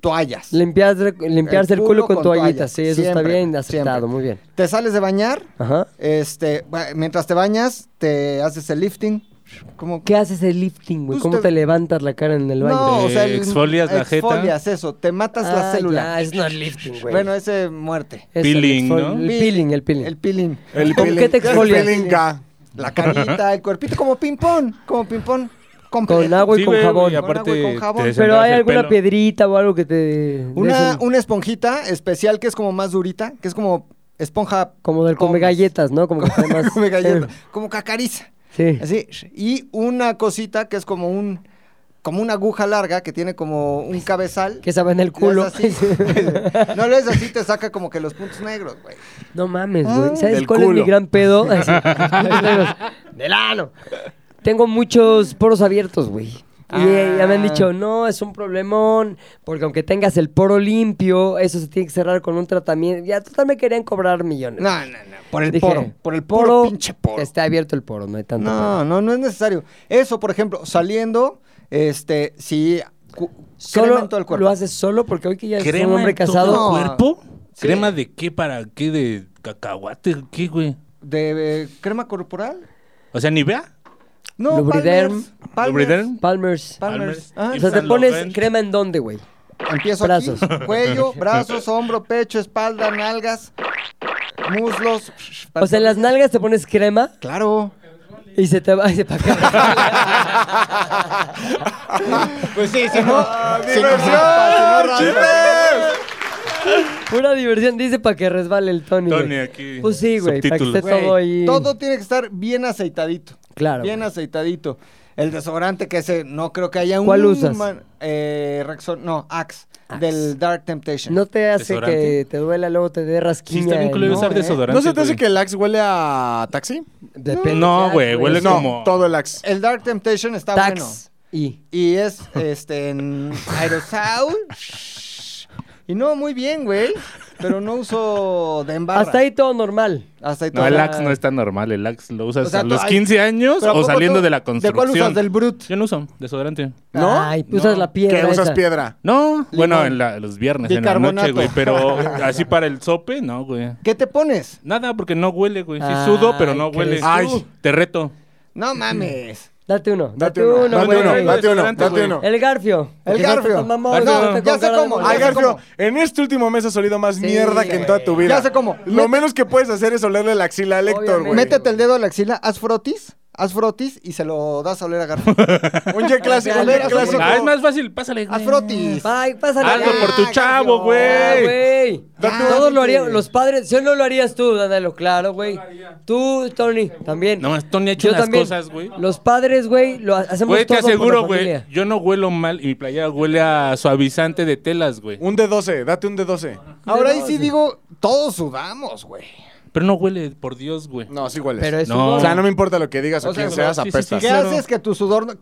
Speaker 2: toallas.
Speaker 4: Limpiar- limpiarse el, culo con,
Speaker 2: toalla.
Speaker 4: toallitas, sí, eso está
Speaker 2: Siempre,
Speaker 4: bien aceptado,
Speaker 2: siempre.
Speaker 4: muy bien.
Speaker 2: Te sales de bañar,
Speaker 4: Ajá.
Speaker 2: este, ba- mientras te bañas, te haces el lifting. Como
Speaker 4: ¿Qué haces el lifting, güey?
Speaker 2: Pues
Speaker 4: ¿Cómo
Speaker 2: te-
Speaker 4: te levantas la cara en el baño?
Speaker 2: No, o sea,
Speaker 3: Eh,
Speaker 2: el-
Speaker 5: Exfolias la jeta.
Speaker 2: Exfolias, eso, te matas la
Speaker 4: Ah,
Speaker 2: célula.
Speaker 4: ya, es no es lifting, güey.
Speaker 2: Bueno, ese muerte.
Speaker 4: Es
Speaker 5: peeling,
Speaker 4: el,
Speaker 5: ¿no?
Speaker 4: exfol- El peeling, el peeling.
Speaker 2: El peeling.
Speaker 3: El
Speaker 4: ¿Con
Speaker 3: peeling-
Speaker 4: qué te exfolias?
Speaker 3: El peeling K.
Speaker 2: La carita, el cuerpito, como ping-pong, como ping-pong.
Speaker 4: Con agua y
Speaker 5: Sí,
Speaker 4: con
Speaker 5: güey,
Speaker 4: jabón.
Speaker 5: Y
Speaker 2: Con
Speaker 5: aparte
Speaker 2: agua y con jabón.
Speaker 5: te
Speaker 4: Pero
Speaker 5: desenredas
Speaker 4: hay
Speaker 5: el
Speaker 4: alguna
Speaker 5: pelo.
Speaker 4: piedrita o algo que te... de
Speaker 2: Una,
Speaker 4: esas-
Speaker 2: una esponjita especial que es como más durita, que es como esponja.
Speaker 4: Como del come
Speaker 2: Comas.
Speaker 4: galletas, ¿no? Como que está más...
Speaker 2: Come galleta, como cacariza.
Speaker 4: eh, Sí.
Speaker 2: Así. Y una cosita que es como un. Como una aguja larga que tiene como un cabezal.
Speaker 4: Que se va en el
Speaker 2: Le
Speaker 4: culo.
Speaker 2: haces así. no le es así, te saca como que los puntos negros, güey.
Speaker 4: No mames, güey.
Speaker 2: Ah.
Speaker 4: ¿Sabes
Speaker 3: Del
Speaker 4: cuál es
Speaker 3: culo.
Speaker 4: mi gran pedo? Así. Del ano. Tengo muchos poros abiertos, güey. Y eh, ya me han
Speaker 5: Ah.
Speaker 4: dicho, no, es un problemón, porque aunque tengas el poro limpio, eso se tiene que cerrar con un tratamiento. Ya total me querían cobrar millones.
Speaker 2: No, no, no. Por el
Speaker 4: Dije,
Speaker 2: poro. Por el poro, pinche poro.
Speaker 4: Está abierto el poro, no hay tanto.
Speaker 2: No, no, no es necesario. Eso, por ejemplo, saliendo, este, si cu- crema en todo
Speaker 4: Solo
Speaker 2: el cuerpo.
Speaker 4: lo haces solo porque hoy que ya es
Speaker 5: ¿Crema
Speaker 4: un hombre
Speaker 5: en todo
Speaker 4: casado.
Speaker 5: el
Speaker 2: No.
Speaker 5: cuerpo? ¿Crema de qué? ¿Para qué? ¿De cacahuate? ¿Qué, güey?
Speaker 2: ¿De eh, crema corporal?
Speaker 5: O sea, ni vea.
Speaker 2: No,
Speaker 4: Lubriderm.
Speaker 2: Palmer's, Palmer's,
Speaker 5: Lubriderm.
Speaker 4: Palmers.
Speaker 2: Palmer's. Ah,
Speaker 4: O sea, te
Speaker 5: Saint
Speaker 4: pones
Speaker 5: Laurent.
Speaker 4: crema en dónde, güey.
Speaker 2: Empiezo
Speaker 4: Brazos.
Speaker 2: aquí, cuello, brazos, hombro, pecho, espalda, nalgas, muslos.
Speaker 4: O sea, en las nalgas te pones crema
Speaker 2: Claro.
Speaker 4: y se te va. Y se pa'
Speaker 2: Pues sí, si no...
Speaker 3: Ah,
Speaker 2: si no- si no-
Speaker 4: Pura diversión, dice para que resbale el Tony. güey.
Speaker 5: Tony aquí.
Speaker 4: Pues sí, güey, para que esté
Speaker 5: Subtítulos.
Speaker 2: Güey,
Speaker 4: todo ahí.
Speaker 2: todo tiene que estar bien aceitadito.
Speaker 4: Claro.
Speaker 2: Bien
Speaker 4: güey.
Speaker 2: aceitadito. El desodorante que ese, no creo que haya un...
Speaker 4: ¿Cuál usas?
Speaker 2: man- eh, Rexon, no, Axe,
Speaker 4: Axe.
Speaker 2: del Dark Temptation.
Speaker 4: No te hace
Speaker 5: Desodorante.
Speaker 4: que te duela, luego te dé
Speaker 5: Sí,
Speaker 4: rasquiña.
Speaker 5: está bien culero
Speaker 4: ¿no?
Speaker 5: usar
Speaker 2: eh.
Speaker 5: desodorante.
Speaker 3: ¿No se te hace
Speaker 5: güey.
Speaker 3: que el Axe huele a taxi?
Speaker 4: Depende
Speaker 5: No,
Speaker 4: de-
Speaker 5: güey, huele
Speaker 4: sí.
Speaker 3: no,
Speaker 5: como-
Speaker 3: todo el Axe.
Speaker 2: El Dark Temptation está
Speaker 4: Tax.
Speaker 2: bueno.
Speaker 4: Y.
Speaker 2: Y es, este, en aerosol. y no, muy bien, güey. Pero no uso de embarra.
Speaker 4: Hasta ahí todo normal.
Speaker 2: Hasta ahí
Speaker 5: No,
Speaker 2: todo.
Speaker 5: el Axe no está normal. El Axe lo usas
Speaker 2: O sea,
Speaker 5: a los
Speaker 2: tú- ay,
Speaker 5: 15 años
Speaker 2: pero ¿a
Speaker 5: o
Speaker 2: poco
Speaker 5: saliendo
Speaker 2: tú-
Speaker 5: de la
Speaker 2: ¿De
Speaker 5: construcción.
Speaker 2: cuál usas? ¿Del Brut?
Speaker 5: Yo no uso desodorante.
Speaker 3: ¿No?
Speaker 4: Ay, pues usas la piedra.
Speaker 3: ¿Qué usas
Speaker 4: esa.
Speaker 3: piedra?
Speaker 5: No, bueno, en la- los viernes, en la
Speaker 2: Bicarbonato.
Speaker 5: noche, güey. Pero así para el sope, no, güey.
Speaker 2: ¿Qué te pones?
Speaker 5: Nada, porque no huele, güey. Sí
Speaker 4: Ay,
Speaker 2: Ah,
Speaker 5: sudo, pero no
Speaker 4: ¿crees
Speaker 5: huele.
Speaker 4: tú?
Speaker 5: Ay, te reto.
Speaker 2: No mames.
Speaker 4: Date uno.
Speaker 3: Date uno, date
Speaker 4: güey.
Speaker 3: uno, date
Speaker 5: güey.
Speaker 3: uno,
Speaker 5: Desodorante,
Speaker 3: date
Speaker 5: güey.
Speaker 3: uno.
Speaker 4: El Garfio.
Speaker 2: El
Speaker 4: Porque no te
Speaker 2: Garfio.
Speaker 4: tan mamón,
Speaker 5: Dale,
Speaker 4: güey,
Speaker 5: no,
Speaker 4: te
Speaker 2: ya
Speaker 4: con
Speaker 2: sé
Speaker 4: cara de
Speaker 2: cómo,
Speaker 4: mole.
Speaker 2: al
Speaker 3: Ay,
Speaker 2: Garfio.
Speaker 3: Garfio, en este último mes has olido más
Speaker 4: Sí,
Speaker 3: mierda que en toda tu
Speaker 4: güey.
Speaker 3: vida.
Speaker 2: Ya sé cómo.
Speaker 3: Lo menos que puedes hacer es olerle la axila a Héctor,
Speaker 4: Obviamente.
Speaker 3: güey.
Speaker 2: Métete el dedo a la axila, haz frotis, haz frotis y se lo das a oler a Garfio.
Speaker 3: Un ye clásico, un
Speaker 2: Dale,
Speaker 3: ye
Speaker 2: dale,
Speaker 3: clásico.
Speaker 5: Ah, es más fácil, pásale.
Speaker 2: haz
Speaker 5: güey.
Speaker 2: frotis.
Speaker 4: Ay, pásale.
Speaker 5: Hazlo
Speaker 4: Ah,
Speaker 5: por tu
Speaker 2: Ah,
Speaker 5: chavo,
Speaker 2: Garfio.
Speaker 5: güey.
Speaker 4: güey. Ah,
Speaker 2: Date un
Speaker 4: Todos
Speaker 2: golpe.
Speaker 4: lo harían, los padres. Yo no lo harías tú, Danilo, claro, güey. Tú, Tony, también.
Speaker 5: No, más, Tony ha hecho
Speaker 4: Yo
Speaker 5: unas
Speaker 4: también.
Speaker 5: cosas, güey.
Speaker 4: Los padres, güey, lo ha- hacemos
Speaker 5: Güey, te
Speaker 4: todo por la
Speaker 5: aseguro, güey.
Speaker 4: familia.
Speaker 5: Yo no huelo mal y mi playera huele a suavizante de telas, güey.
Speaker 3: Un de 12, date un de 12.
Speaker 2: Ahora ahí sí digo, todos sudamos, güey.
Speaker 5: Pero no huele, por Dios, güey.
Speaker 3: No, sí hueles.
Speaker 4: Pero es
Speaker 5: No.
Speaker 4: un-
Speaker 3: O sea, no me importa lo que digas o,
Speaker 5: O sea,
Speaker 3: quién
Speaker 5: no,
Speaker 3: seas,
Speaker 5: sí, sí,
Speaker 3: apestas.
Speaker 2: ¿Qué
Speaker 5: Claro.
Speaker 2: haces que tu sudor... no-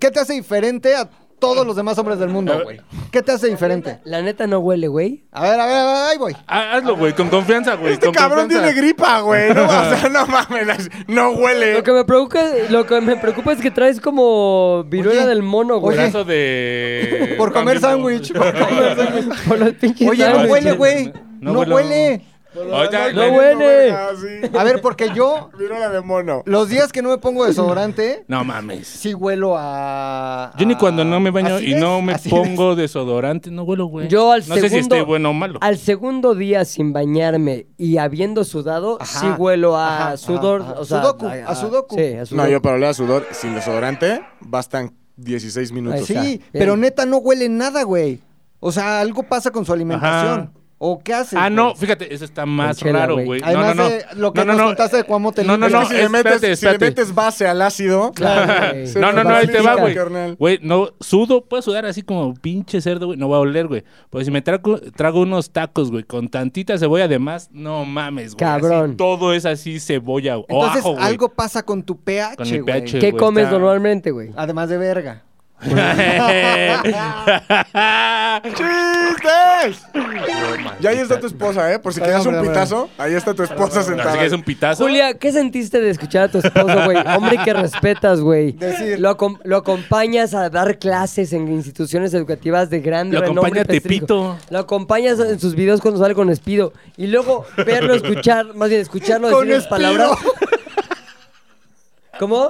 Speaker 2: ¿Qué te hace diferente a todos los demás hombres del mundo, güey? ¿Qué te hace diferente?
Speaker 4: La neta no huele, güey.
Speaker 2: A ver, a ver, a ver, ahí voy.
Speaker 5: Ah, hazlo, güey, con confianza, güey.
Speaker 3: Este
Speaker 5: con
Speaker 3: cabrón
Speaker 5: confianza.
Speaker 3: tiene gripa, güey. No, o sea, no mames, no huele.
Speaker 4: Lo que me preocupa, lo que me preocupa es que traes como viruela
Speaker 2: Oye,
Speaker 4: del mono, güey.
Speaker 2: oye.
Speaker 5: Pedazo de.
Speaker 2: Por comer sándwich. por comer sándwich.
Speaker 4: Por los pinches
Speaker 2: Oye, no
Speaker 4: sándwiches.
Speaker 2: huele, güey.
Speaker 5: No
Speaker 2: No,
Speaker 5: huele.
Speaker 2: huele.
Speaker 5: Ahorita-
Speaker 4: No huele.
Speaker 3: Ah, sí.
Speaker 2: A ver, porque yo,
Speaker 3: Miró la de mono.
Speaker 2: los días que no me pongo desodorante,
Speaker 5: No mames.
Speaker 2: sí huelo a.
Speaker 5: Yo ni
Speaker 2: a-
Speaker 5: cuando no me baño
Speaker 2: Así
Speaker 5: y
Speaker 2: es,
Speaker 5: no me
Speaker 2: así
Speaker 5: pongo desodorante, no huelo, güey.
Speaker 4: Yo al
Speaker 5: no
Speaker 4: segundo,
Speaker 5: sé si esté bueno o malo.
Speaker 4: Al segundo día sin bañarme y habiendo sudado,
Speaker 2: Ajá,
Speaker 4: sí huelo a
Speaker 2: ajá,
Speaker 4: sudor.
Speaker 2: ajá, ajá.
Speaker 4: O sea,
Speaker 2: Sudoku, a sudoku.
Speaker 4: Sí, a
Speaker 3: No,
Speaker 4: sudoku.
Speaker 3: yo para oler a sudor sin desodorante bastan 16
Speaker 2: es.
Speaker 3: minutos. Ah.
Speaker 2: Sí,
Speaker 4: Ahí está,
Speaker 2: pero
Speaker 4: bien.
Speaker 2: neta no huele nada, güey. O sea, algo pasa con su alimentación.
Speaker 5: eh. Ajá.
Speaker 2: ¿O qué hace?
Speaker 5: Ah, no, fíjate, eso está más
Speaker 4: chela,
Speaker 5: raro,
Speaker 4: güey.
Speaker 5: güey. No,
Speaker 2: Además
Speaker 5: no, no.
Speaker 2: de lo que
Speaker 5: No, no,
Speaker 2: nos
Speaker 5: no.
Speaker 2: contaste de Cuamote
Speaker 5: No, no,
Speaker 3: Es
Speaker 5: no.
Speaker 3: que si, le metes,
Speaker 5: espérate,
Speaker 3: si le
Speaker 5: espérate.
Speaker 3: metes base al ácido.
Speaker 4: Claro, güey.
Speaker 3: se
Speaker 5: No,
Speaker 3: nos
Speaker 5: no, no, ahí te va,
Speaker 3: complica,
Speaker 5: güey.
Speaker 3: carnal.
Speaker 5: Güey, no, sudo, puedo sudar así como pinche cerdo, güey. No va a oler, güey. Pero si me trago, trago unos tacos, güey, con tantita cebolla además, no mames, güey. Así
Speaker 4: Cabrón.
Speaker 5: todo es así cebolla o
Speaker 2: Entonces,
Speaker 5: ajo, güey.
Speaker 2: algo pasa con tu pH,
Speaker 5: Con mi
Speaker 2: güey.
Speaker 5: pH.
Speaker 4: ¿Qué
Speaker 5: güey,
Speaker 4: comes
Speaker 5: está-
Speaker 4: normalmente, güey?
Speaker 2: Además de verga.
Speaker 3: ¡Chistes! Y ahí está tu esposa, ¿eh? Por si quedas un
Speaker 2: Perdón, perdón.
Speaker 3: pitazo, ahí está tu esposa
Speaker 5: Así
Speaker 3: sentada.
Speaker 5: que es un pitazo.
Speaker 4: Julia, ¿qué sentiste de escuchar a tu esposo, güey? Hombre que respetas, güey.
Speaker 2: Decir.
Speaker 4: Lo, acom- lo acompañas a dar clases en instituciones educativas de grande
Speaker 5: Lo
Speaker 4: renombre
Speaker 5: acompaña a
Speaker 4: prestigio.
Speaker 5: Tepito.
Speaker 4: Lo acompañas en sus videos cuando sale con Espido. Y luego verlo escuchar, más bien escucharlo
Speaker 2: Con
Speaker 4: decir las
Speaker 2: Espido.
Speaker 4: palabras. ¿Cómo?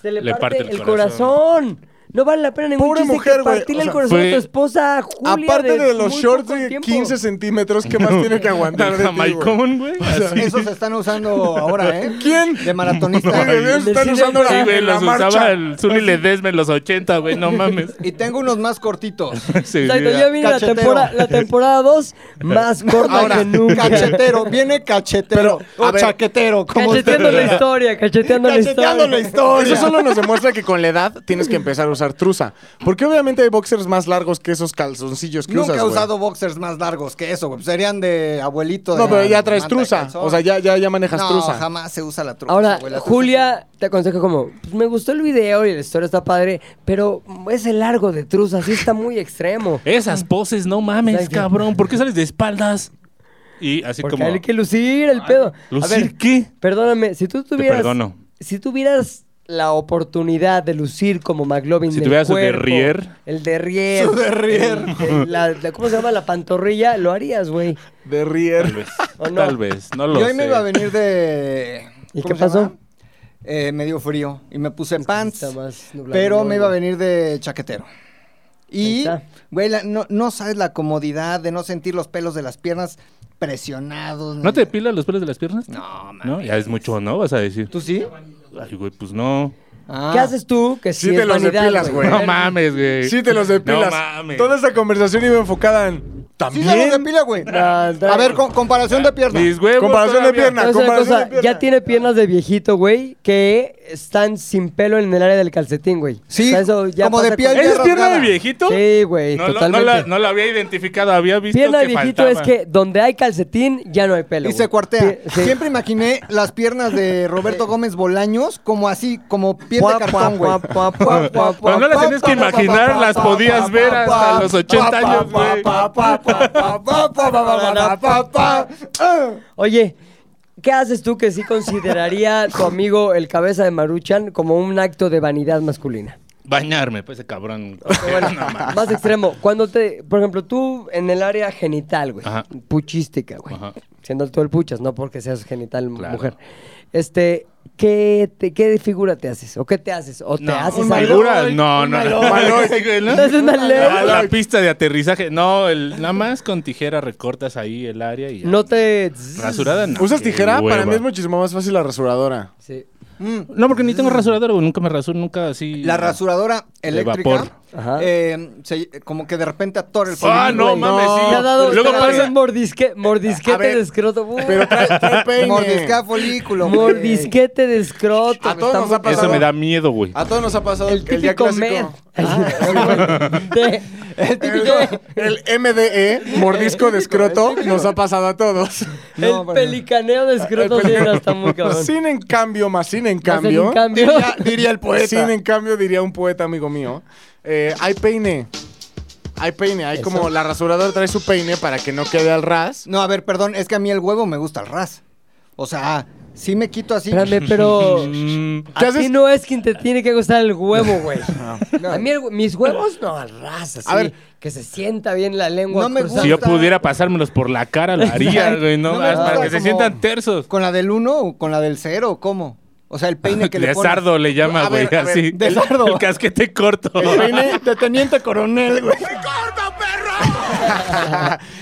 Speaker 4: Se le, parte, el corazón. No vale la pena ningún
Speaker 3: Pobre
Speaker 4: chiste
Speaker 3: mujer,
Speaker 4: que
Speaker 3: güey.
Speaker 4: partirle
Speaker 3: O
Speaker 4: el
Speaker 3: sea,
Speaker 4: corazón a
Speaker 5: fue-
Speaker 4: tu esposa, Julia.
Speaker 3: Aparte de los
Speaker 4: muy
Speaker 3: shorts
Speaker 4: poco
Speaker 3: de
Speaker 4: tiempo.
Speaker 3: 15 centímetros, ¿qué más tiene que aguantar
Speaker 5: Del
Speaker 3: de ti, güey?
Speaker 5: jamaicón, güey. Así.
Speaker 2: Esos se están usando ahora, ¿eh?
Speaker 3: ¿Quién?
Speaker 2: De maratonista.
Speaker 3: Güey, ellos
Speaker 4: Del
Speaker 3: Están
Speaker 4: cine,
Speaker 3: usando la,
Speaker 5: Sí, güey,
Speaker 3: la
Speaker 5: los
Speaker 3: marcha.
Speaker 5: usaba el Zuli Ledesma en los 80, güey, no mames.
Speaker 2: Y tengo unos más cortitos.
Speaker 5: Sí,
Speaker 4: Exacto,
Speaker 5: mira.
Speaker 4: ya viene la
Speaker 2: Cachetero.
Speaker 4: temporada, la temporada 2 más corta
Speaker 2: Ahora,
Speaker 4: que nunca.
Speaker 2: cachetero, viene cachetero.
Speaker 3: Pero, a
Speaker 2: o
Speaker 3: ver,
Speaker 2: chaquetero, como
Speaker 4: Cacheteando la
Speaker 2: usted-
Speaker 4: historia, cacheteando,
Speaker 2: Cacheteando la historia.
Speaker 3: Eso solo nos demuestra que con la edad tienes que empezar a usar trusa. Porque obviamente hay boxers más largos que esos calzoncillos que
Speaker 2: Nunca
Speaker 3: usas,
Speaker 2: he
Speaker 3: güey.
Speaker 2: usado boxers más largos que eso, güey. Serían de abuelito. de
Speaker 3: No, pero ya
Speaker 2: manta
Speaker 3: traes
Speaker 2: de
Speaker 3: trusa.
Speaker 2: calzón.
Speaker 3: O sea, ya, ya, ya manejas
Speaker 2: no,
Speaker 3: trusa.
Speaker 2: jamás se usa la trusa.
Speaker 4: Ahora,
Speaker 2: güey, la trusa
Speaker 4: Julia te aconseja como, pues, me gustó el video y la historia está padre, pero es el largo de truza, así está muy extremo.
Speaker 5: Esas poses, no mames,
Speaker 4: Exacto.
Speaker 5: cabrón. ¿Por qué sales de espaldas? Y así
Speaker 4: Porque
Speaker 5: como.
Speaker 4: hay que lucir el pedo.
Speaker 5: ¿lucir
Speaker 4: a ver,
Speaker 5: qué?
Speaker 4: Perdóname, si tú tuvieras...
Speaker 5: perdono.
Speaker 4: Si tuvieras la oportunidad de lucir como McLovin
Speaker 5: Si
Speaker 4: del
Speaker 5: tuvieras su
Speaker 4: cuerpo,
Speaker 5: derrier.
Speaker 4: El derrier. Su derrier. ¿Cómo se llama? La pantorrilla. Lo harías, güey.
Speaker 3: De rier.
Speaker 5: Tal vez.
Speaker 4: ¿O no?
Speaker 5: Tal vez, no lo
Speaker 2: Yo
Speaker 5: sé.
Speaker 2: hoy me iba a venir de.
Speaker 4: ¿Y
Speaker 2: ¿cómo
Speaker 4: qué
Speaker 2: se
Speaker 4: pasó?
Speaker 2: llama? Eh, me dio frío y me puse
Speaker 4: que
Speaker 2: pants.
Speaker 4: está más nublado,
Speaker 2: pero
Speaker 4: ¿no,
Speaker 2: me iba a
Speaker 4: güey?
Speaker 2: venir de chaquetero. Y,
Speaker 4: Ahí está.
Speaker 2: güey, la- no, no sabes la comodidad de no sentir los pelos de las piernas presionados.
Speaker 5: ¿No
Speaker 2: ni-
Speaker 5: te pilas los pelos de las piernas?
Speaker 2: No, mames.
Speaker 5: No, ya es mucho, ¿no? Vas a decir.
Speaker 2: ¿Tú sí?
Speaker 5: Ay, güey, pues no.
Speaker 2: Ah.
Speaker 4: ¿Qué haces tú que sí,
Speaker 3: Sí te
Speaker 4: es
Speaker 3: los
Speaker 4: vanidad,
Speaker 3: depilas, güey.
Speaker 5: No mames, güey.
Speaker 3: Sí, te los depilas.
Speaker 5: No mames.
Speaker 3: Toda esa conversación iba enfocada en.
Speaker 2: Sí,
Speaker 3: También.
Speaker 2: se los depila, güey. A ver, con- comparación de piernas.
Speaker 5: Mis huevos.
Speaker 3: Comparación de
Speaker 5: todavía.
Speaker 3: pierna.
Speaker 4: Te voy a decir una
Speaker 3: comparación de
Speaker 4: cosa,
Speaker 3: pierna.
Speaker 4: ya tiene piernas de viejito, güey, que están sin pelo en el área del calcetín, güey.
Speaker 2: Sí, como de
Speaker 4: pasa
Speaker 2: piel
Speaker 4: con-
Speaker 2: ya
Speaker 5: ¿Es pierna
Speaker 2: rasgada.
Speaker 5: de viejito?
Speaker 4: Sí, güey,
Speaker 5: No, lo- no
Speaker 4: totalmente.
Speaker 5: la, no la había identificado, había visto
Speaker 4: Pierna de
Speaker 5: que
Speaker 4: viejito
Speaker 5: faltaba.
Speaker 4: es que donde hay calcetín ya no hay pelo.
Speaker 2: Y
Speaker 4: güey.
Speaker 2: se cuartea.
Speaker 4: Pie- sí.
Speaker 2: Siempre imaginé las piernas de Roberto Gómez Bolaños como así, como piel
Speaker 4: Pua,
Speaker 2: de cartón, güey.
Speaker 4: pua, pua, pua, pua, pua.
Speaker 5: Cuando no las tenías que imaginar, las podías ver hasta los 80 años, güey.
Speaker 4: Oye, ¿qué haces tú que sí consideraría tu amigo el cabeza de Maruchan como un acto de vanidad masculina?
Speaker 5: Bañarme, pues ese cabrón.
Speaker 4: Pero bueno, más extremo. Cuando te, por ejemplo, tú en el área genital, güey,
Speaker 5: Ajá.
Speaker 4: puchística, güey,
Speaker 5: Ajá.
Speaker 4: siendo tú el puchas, no porque seas genital m-
Speaker 5: Claro.
Speaker 4: mujer. Este, ¿qué, te- ¿qué figura te haces? ¿O qué te haces? ¿O te haces
Speaker 5: no,
Speaker 4: algo?
Speaker 5: figura, no, no, no.
Speaker 3: Maloy.
Speaker 5: Sí, güey, ¿no?
Speaker 4: ¿No haces una ley?
Speaker 5: Ah, la pista de aterrizaje. No, el, nada más con tijera recortas ahí el área y ya.
Speaker 4: No te...
Speaker 5: Rasurada no.
Speaker 3: ¿Usas
Speaker 5: Qué
Speaker 3: tijera? Para
Speaker 5: hueva.
Speaker 3: mí es muchísimo más fácil la rasuradora.
Speaker 4: Sí.
Speaker 2: Mm.
Speaker 5: No, porque ni tengo rasuradora, güey. Nunca me rasuro, nunca así.
Speaker 2: La rasuradora
Speaker 5: vapor.
Speaker 2: eléctrica,
Speaker 4: Ajá.
Speaker 2: eh, se- como que de repente atora el
Speaker 5: Ah,
Speaker 2: polvillo.
Speaker 5: no,
Speaker 4: güey,
Speaker 5: mames,
Speaker 3: no.
Speaker 5: sí.
Speaker 4: Te ha dado,
Speaker 5: Luego
Speaker 4: te ha dado
Speaker 5: pasa.
Speaker 4: un mordisque, mordisquete
Speaker 3: A ver,
Speaker 4: de escroto. uh,
Speaker 3: Pero trae, trae peine.
Speaker 2: Mordisca folículo. güey.
Speaker 4: mordisquete de escroto.
Speaker 3: A todos nos ha
Speaker 5: Eso
Speaker 3: pasado.
Speaker 5: me da miedo, güey.
Speaker 3: A todos nos ha pasado
Speaker 4: El
Speaker 3: el,
Speaker 4: típico
Speaker 3: día clásico. Ah,
Speaker 4: med.
Speaker 2: El
Speaker 3: El,
Speaker 2: típico-
Speaker 3: el MDE, mordisco de escroto, nos ha pasado a todos.
Speaker 2: No,
Speaker 4: el
Speaker 2: pero-
Speaker 4: pelicaneo de escroto sí era hasta muy cabrón.
Speaker 3: Sin en cambio, más sin
Speaker 4: Más
Speaker 3: en
Speaker 4: en
Speaker 3: cambio.
Speaker 4: cambio.
Speaker 3: Diría, diría el poeta. Sin en cambio, diría un poeta amigo mío. eh, hay peine. Hay peine. Hay como la rasuradora trae su peine para que no quede al ras.
Speaker 2: No, a ver, perdón, es que a mí el huevo me gusta al ras. O sea, sí me quito así.
Speaker 4: Espérame, pero.
Speaker 5: Mm,
Speaker 3: ¿Qué
Speaker 4: A
Speaker 3: haces?
Speaker 4: ti no es quien te tiene que gustar el huevo, güey. A mí el hue- mis huevos no arrasas.
Speaker 3: A ver.
Speaker 4: que se sienta bien la lengua.
Speaker 2: No me
Speaker 4: cruzada.
Speaker 5: Si yo
Speaker 2: gusta.
Speaker 5: pudiera pasármelos por la cara, lo haría, güey. No,
Speaker 2: No me
Speaker 5: Más para
Speaker 2: gusta
Speaker 5: que se
Speaker 2: como-
Speaker 5: sientan tersos.
Speaker 2: ¿Con la del 1 o con la del 0? ¿Cómo? O sea, el peine que le
Speaker 5: De
Speaker 2: pones.
Speaker 5: sardo le llama,
Speaker 3: A
Speaker 5: güey.
Speaker 3: ver, a ver,
Speaker 5: Así.
Speaker 3: de
Speaker 5: El-
Speaker 3: sardo.
Speaker 5: El casquete corto.
Speaker 3: El peine de teniente coronel, güey.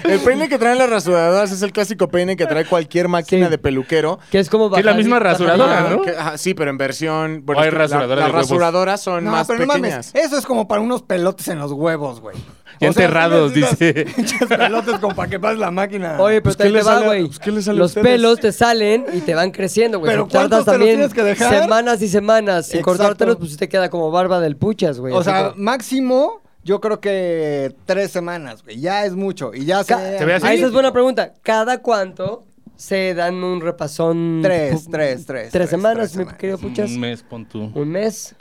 Speaker 3: el peine que traen las rasuradoras es el clásico peine que trae cualquier máquina
Speaker 4: Sí.
Speaker 3: de peluquero.
Speaker 4: Que es como
Speaker 5: Que es la
Speaker 4: bajadi-
Speaker 5: misma rasuradora,
Speaker 4: bajadita.
Speaker 5: ¿no?
Speaker 3: que- ajá, sí, pero en versión.
Speaker 5: O hay
Speaker 3: es que la-
Speaker 5: rasuradoras de
Speaker 3: Las
Speaker 5: huevos.
Speaker 3: rasuradoras son
Speaker 2: No,
Speaker 3: más
Speaker 2: pero no
Speaker 3: pequeñas.
Speaker 2: mames. Eh. Eso es como para unos pelotes en los huevos, güey.
Speaker 5: Ya
Speaker 2: O sea,
Speaker 5: enterrados,
Speaker 2: sí necesitas
Speaker 5: dice.
Speaker 2: Pinches pelotes como para que pases la máquina.
Speaker 4: Oye, pero
Speaker 3: Pues,
Speaker 4: te
Speaker 3: ¿qué le
Speaker 4: va,
Speaker 3: sale a-
Speaker 4: güey.
Speaker 3: pues, ¿qué le sale a
Speaker 4: los
Speaker 3: ustedes?
Speaker 4: pelos te salen y te van creciendo, güey.
Speaker 2: Pero
Speaker 4: Si tardas
Speaker 2: ¿cuántos te los tienes que dejar?
Speaker 4: Semanas y semanas. Sin
Speaker 2: Exacto.
Speaker 4: cortártelos, pues sí te queda como barba del puchas, güey.
Speaker 2: o
Speaker 4: Así
Speaker 2: sea,
Speaker 4: como-
Speaker 2: máximo, yo creo que tres semanas, güey. Ya es mucho. Y ya se.
Speaker 4: Ca-
Speaker 5: Se ve así.
Speaker 4: Ah, esa es buena pregunta. ¿Cada cuánto se dan un repasón?
Speaker 2: Tres,
Speaker 4: Pu-
Speaker 2: tres, tres.
Speaker 4: Tres semanas,
Speaker 2: tres
Speaker 4: mi querido puchas.
Speaker 3: Mm,
Speaker 5: Un mes, pon tú.
Speaker 4: Un mes.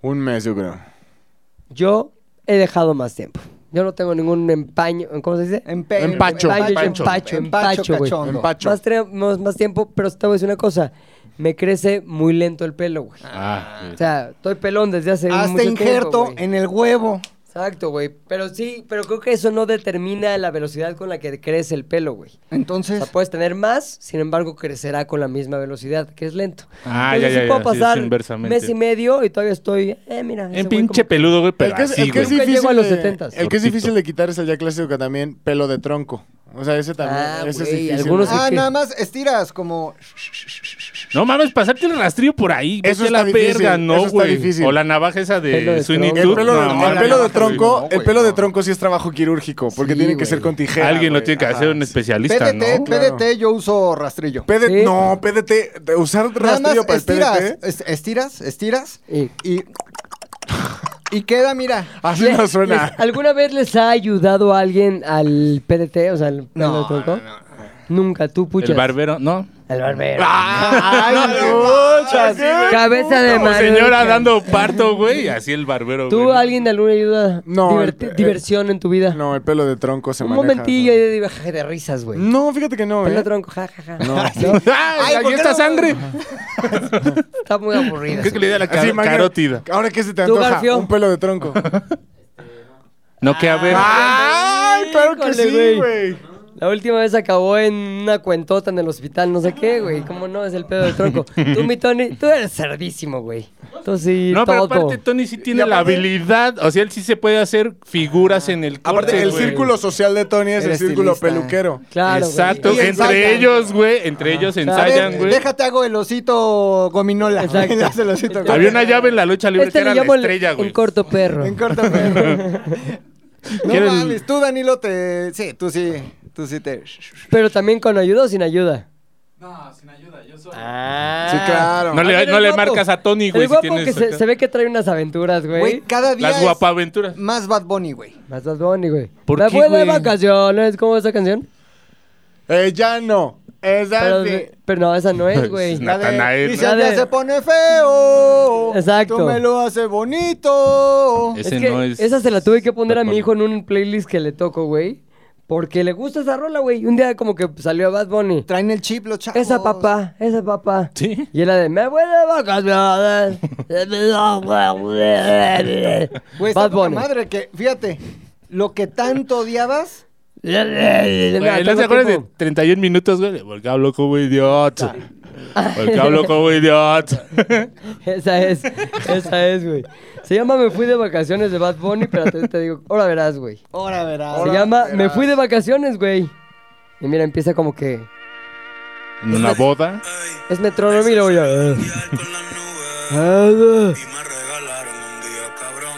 Speaker 3: Un mes, yo creo.
Speaker 4: Yo he dejado más tiempo. Yo no tengo ningún empaño, ¿cómo se dice?
Speaker 2: Empe-
Speaker 3: Empacho.
Speaker 4: Empaño,
Speaker 3: Empacho.
Speaker 4: empacho, empacho, güey.
Speaker 2: cachondo.
Speaker 3: Empacho.
Speaker 4: Más, tre- más, más tiempo, pero te voy a decir una cosa. Me crece muy lento el pelo, güey.
Speaker 5: Ah,
Speaker 4: O
Speaker 5: güey.
Speaker 4: sea, estoy pelón desde hace
Speaker 2: Hazte
Speaker 4: mucho tiempo,
Speaker 2: injerto
Speaker 4: güey.
Speaker 2: en el huevo.
Speaker 4: Exacto, güey. Pero sí, pero creo que eso no determina la velocidad con la que crece el pelo, güey. O
Speaker 2: Entonces.
Speaker 4: sea, puedes tener más, sin embargo, crecerá con la misma velocidad, que es lento.
Speaker 5: Ah,
Speaker 4: Entonces,
Speaker 5: ya, ya,
Speaker 4: sí puedo
Speaker 5: ya, sí, es
Speaker 4: pasar
Speaker 5: inversamente.
Speaker 4: mes y medio y todavía estoy, eh, mira. ese
Speaker 5: En
Speaker 4: güey
Speaker 5: pinche
Speaker 4: como-
Speaker 5: peludo, güey, pero
Speaker 3: el que, es-
Speaker 5: así,
Speaker 3: el que es
Speaker 5: güey.
Speaker 4: Nunca
Speaker 3: difícil
Speaker 4: llego a los
Speaker 3: de-
Speaker 4: 70s.
Speaker 3: El que es
Speaker 5: Cortito.
Speaker 3: difícil de quitar es el ya clásico que también pelo de tronco. O sea, ese también.
Speaker 4: Ah,
Speaker 3: ese es
Speaker 4: güey,
Speaker 3: difícil.
Speaker 4: algunos-
Speaker 2: Ah,
Speaker 4: que-
Speaker 2: nada más estiras como.
Speaker 5: No mames, pasarte el rastrillo por ahí.
Speaker 3: Eso
Speaker 5: Eso es la
Speaker 3: está difícil,
Speaker 5: verga,
Speaker 3: eso
Speaker 5: no,
Speaker 3: está
Speaker 5: güey.
Speaker 3: difícil.
Speaker 5: O la navaja esa
Speaker 4: Pelo de
Speaker 5: de Sweeney
Speaker 4: tronco.
Speaker 3: El
Speaker 5: Todd.
Speaker 3: pelo, de,
Speaker 5: No,
Speaker 3: el
Speaker 5: mames.
Speaker 3: pelo de
Speaker 2: no,
Speaker 3: tronco,
Speaker 2: no,
Speaker 3: el
Speaker 2: güey,
Speaker 3: pelo de
Speaker 2: no.
Speaker 3: tronco sí es trabajo quirúrgico, porque
Speaker 4: Sí,
Speaker 3: tiene que
Speaker 4: güey.
Speaker 3: ser con tijera.
Speaker 5: Alguien lo
Speaker 3: güey.
Speaker 5: tiene que
Speaker 3: Ajá.
Speaker 5: hacer un especialista,
Speaker 2: PDT,
Speaker 5: ¿no?
Speaker 2: PDT, yo uso rastrillo.
Speaker 3: PDT,
Speaker 4: Sí.
Speaker 3: no, PDT, de usar
Speaker 2: Nada más
Speaker 3: rastrillo para el ¿eh?
Speaker 2: estiras,
Speaker 3: PDT.
Speaker 2: es- estiras, estiras
Speaker 4: Y-
Speaker 2: y. Y queda, mira.
Speaker 3: Así
Speaker 4: Le-
Speaker 3: no suena.
Speaker 4: les- ¿Alguna vez les ha ayudado alguien al PDT? O sea, al pelo de tronco? Nunca, tú puchas.
Speaker 5: El barbero, ¿no?
Speaker 4: El barbero.
Speaker 3: Ah, ¡Ay, no, Chas.
Speaker 4: Cabeza de
Speaker 5: Como
Speaker 4: mano.
Speaker 5: señora dando parto, güey. y Así el barbero,
Speaker 4: ¿Tú,
Speaker 5: güey.
Speaker 4: alguien de alguna ayuda?
Speaker 3: No,
Speaker 4: Diverti-
Speaker 3: el- el-
Speaker 4: diversión en tu vida.
Speaker 3: No, el pelo de tronco se
Speaker 4: Un
Speaker 3: maneja.
Speaker 4: momentillo ahí de divaje de risas, güey.
Speaker 3: No, fíjate que no,
Speaker 4: Pelo
Speaker 3: ¿eh?
Speaker 4: de tronco, Ah, jajaja.
Speaker 2: ¿por
Speaker 5: ¡Ay, aquí
Speaker 2: qué
Speaker 5: está
Speaker 2: no?
Speaker 5: sangre!
Speaker 4: Está muy aburrida.
Speaker 5: ¿Qué es que le da la
Speaker 3: Así,
Speaker 5: car-
Speaker 3: imagina-
Speaker 5: carótida?
Speaker 3: Ahora que se te
Speaker 4: ¿Tú,
Speaker 3: antoja
Speaker 4: Garfio?
Speaker 3: un pelo de tronco.
Speaker 5: No, que a ver.
Speaker 3: Ah, Ay, claro que
Speaker 4: Híjole,
Speaker 3: sí,
Speaker 4: güey.
Speaker 3: güey.
Speaker 4: La última vez acabó en una cuentota en el hospital, no sé qué, güey. ¿Cómo no? Es el pedo de tronco. Tú, mi Tony, tú eres cerdísimo, güey. Tú sí,
Speaker 5: No, pero
Speaker 4: todo.
Speaker 5: aparte Tony sí
Speaker 3: Y
Speaker 5: tiene
Speaker 3: aparte-
Speaker 5: la habilidad, o sea, él sí se puede hacer figuras en el corte,
Speaker 3: Aparte, el
Speaker 5: güey.
Speaker 3: círculo social de Tony es el
Speaker 2: Eres
Speaker 3: círculo
Speaker 2: estilista.
Speaker 3: peluquero.
Speaker 4: Claro, güey.
Speaker 5: Exacto,
Speaker 2: Y
Speaker 5: entre
Speaker 2: ensayan.
Speaker 5: ellos, güey, entre ellos
Speaker 2: A
Speaker 5: ensayan,
Speaker 2: ver,
Speaker 5: güey.
Speaker 2: déjate hago el osito gominola.
Speaker 4: Exacto.
Speaker 2: Le hace el osito
Speaker 5: Había una llave en la lucha libre
Speaker 4: Este
Speaker 5: que
Speaker 4: le
Speaker 5: era la
Speaker 4: llamo el,
Speaker 5: estrella,
Speaker 4: el
Speaker 5: güey.
Speaker 4: corto perro.
Speaker 2: En corto, perro. No
Speaker 5: ¿Quieren-
Speaker 2: mames, tú Danilo te... Sí, tú sí, tú sí te...
Speaker 4: Pero también con ayuda o sin ayuda.
Speaker 3: Sí, claro.
Speaker 5: No le,
Speaker 4: Pero
Speaker 5: no
Speaker 4: el
Speaker 5: le
Speaker 4: guapo-
Speaker 5: marcas a Tony, güey,
Speaker 4: El
Speaker 5: si
Speaker 4: guapo
Speaker 5: tienes
Speaker 4: que se,
Speaker 5: acá.
Speaker 4: se ve que trae unas aventuras, güey.
Speaker 2: Güey, cada día
Speaker 5: las
Speaker 2: es
Speaker 5: guapaventuras.
Speaker 2: más Bad Bunny, güey.
Speaker 4: Más Bad Bunny, güey.
Speaker 5: ¿Por
Speaker 4: Me
Speaker 5: qué,
Speaker 4: voy de
Speaker 5: güey?
Speaker 4: vacaciones. ¿Cómo es esa canción?
Speaker 3: Eh, ya no. Esa
Speaker 4: Pero,
Speaker 3: sí.
Speaker 4: pero no, esa no es, güey.
Speaker 5: Pues, Nah. Natanael.
Speaker 2: Y si
Speaker 4: Ya
Speaker 2: el día
Speaker 4: de-
Speaker 2: se pone feo.
Speaker 4: Exacto.
Speaker 2: Tú me lo haces bonito.
Speaker 5: Es-
Speaker 4: Es
Speaker 5: Ese
Speaker 4: que
Speaker 5: no es
Speaker 4: Esa se la tuve que poner a
Speaker 5: Bad
Speaker 4: mi
Speaker 5: Bunny.
Speaker 4: hijo en un playlist que le toco, güey. Porque le gusta esa rola, güey. Y Un día como que salió Bad Bunny.
Speaker 2: Traen el chip los chavos.
Speaker 4: Esa papá, esa papá.
Speaker 5: Sí.
Speaker 4: Y era de, me voy de vacaciones.
Speaker 2: Güey, está
Speaker 4: Bad
Speaker 2: poca
Speaker 4: Bunny.
Speaker 2: madre que, fíjate, lo que tanto odiabas,
Speaker 4: ¿No
Speaker 5: Güey, ¿No te acuerdas de 31 minutos, güey? Porque hablo como idiota. Porque hablo como idiota.
Speaker 4: Esa es, esa es, güey. Se llama Me fui de vacaciones de Bad Bunny, pero te, te digo, ahora verás, güey.
Speaker 2: ahora verás.
Speaker 4: Se llama Me fui de vacaciones, güey. Y mira, empieza como que.
Speaker 5: en una boda.
Speaker 4: Es metrónomo y luego ya.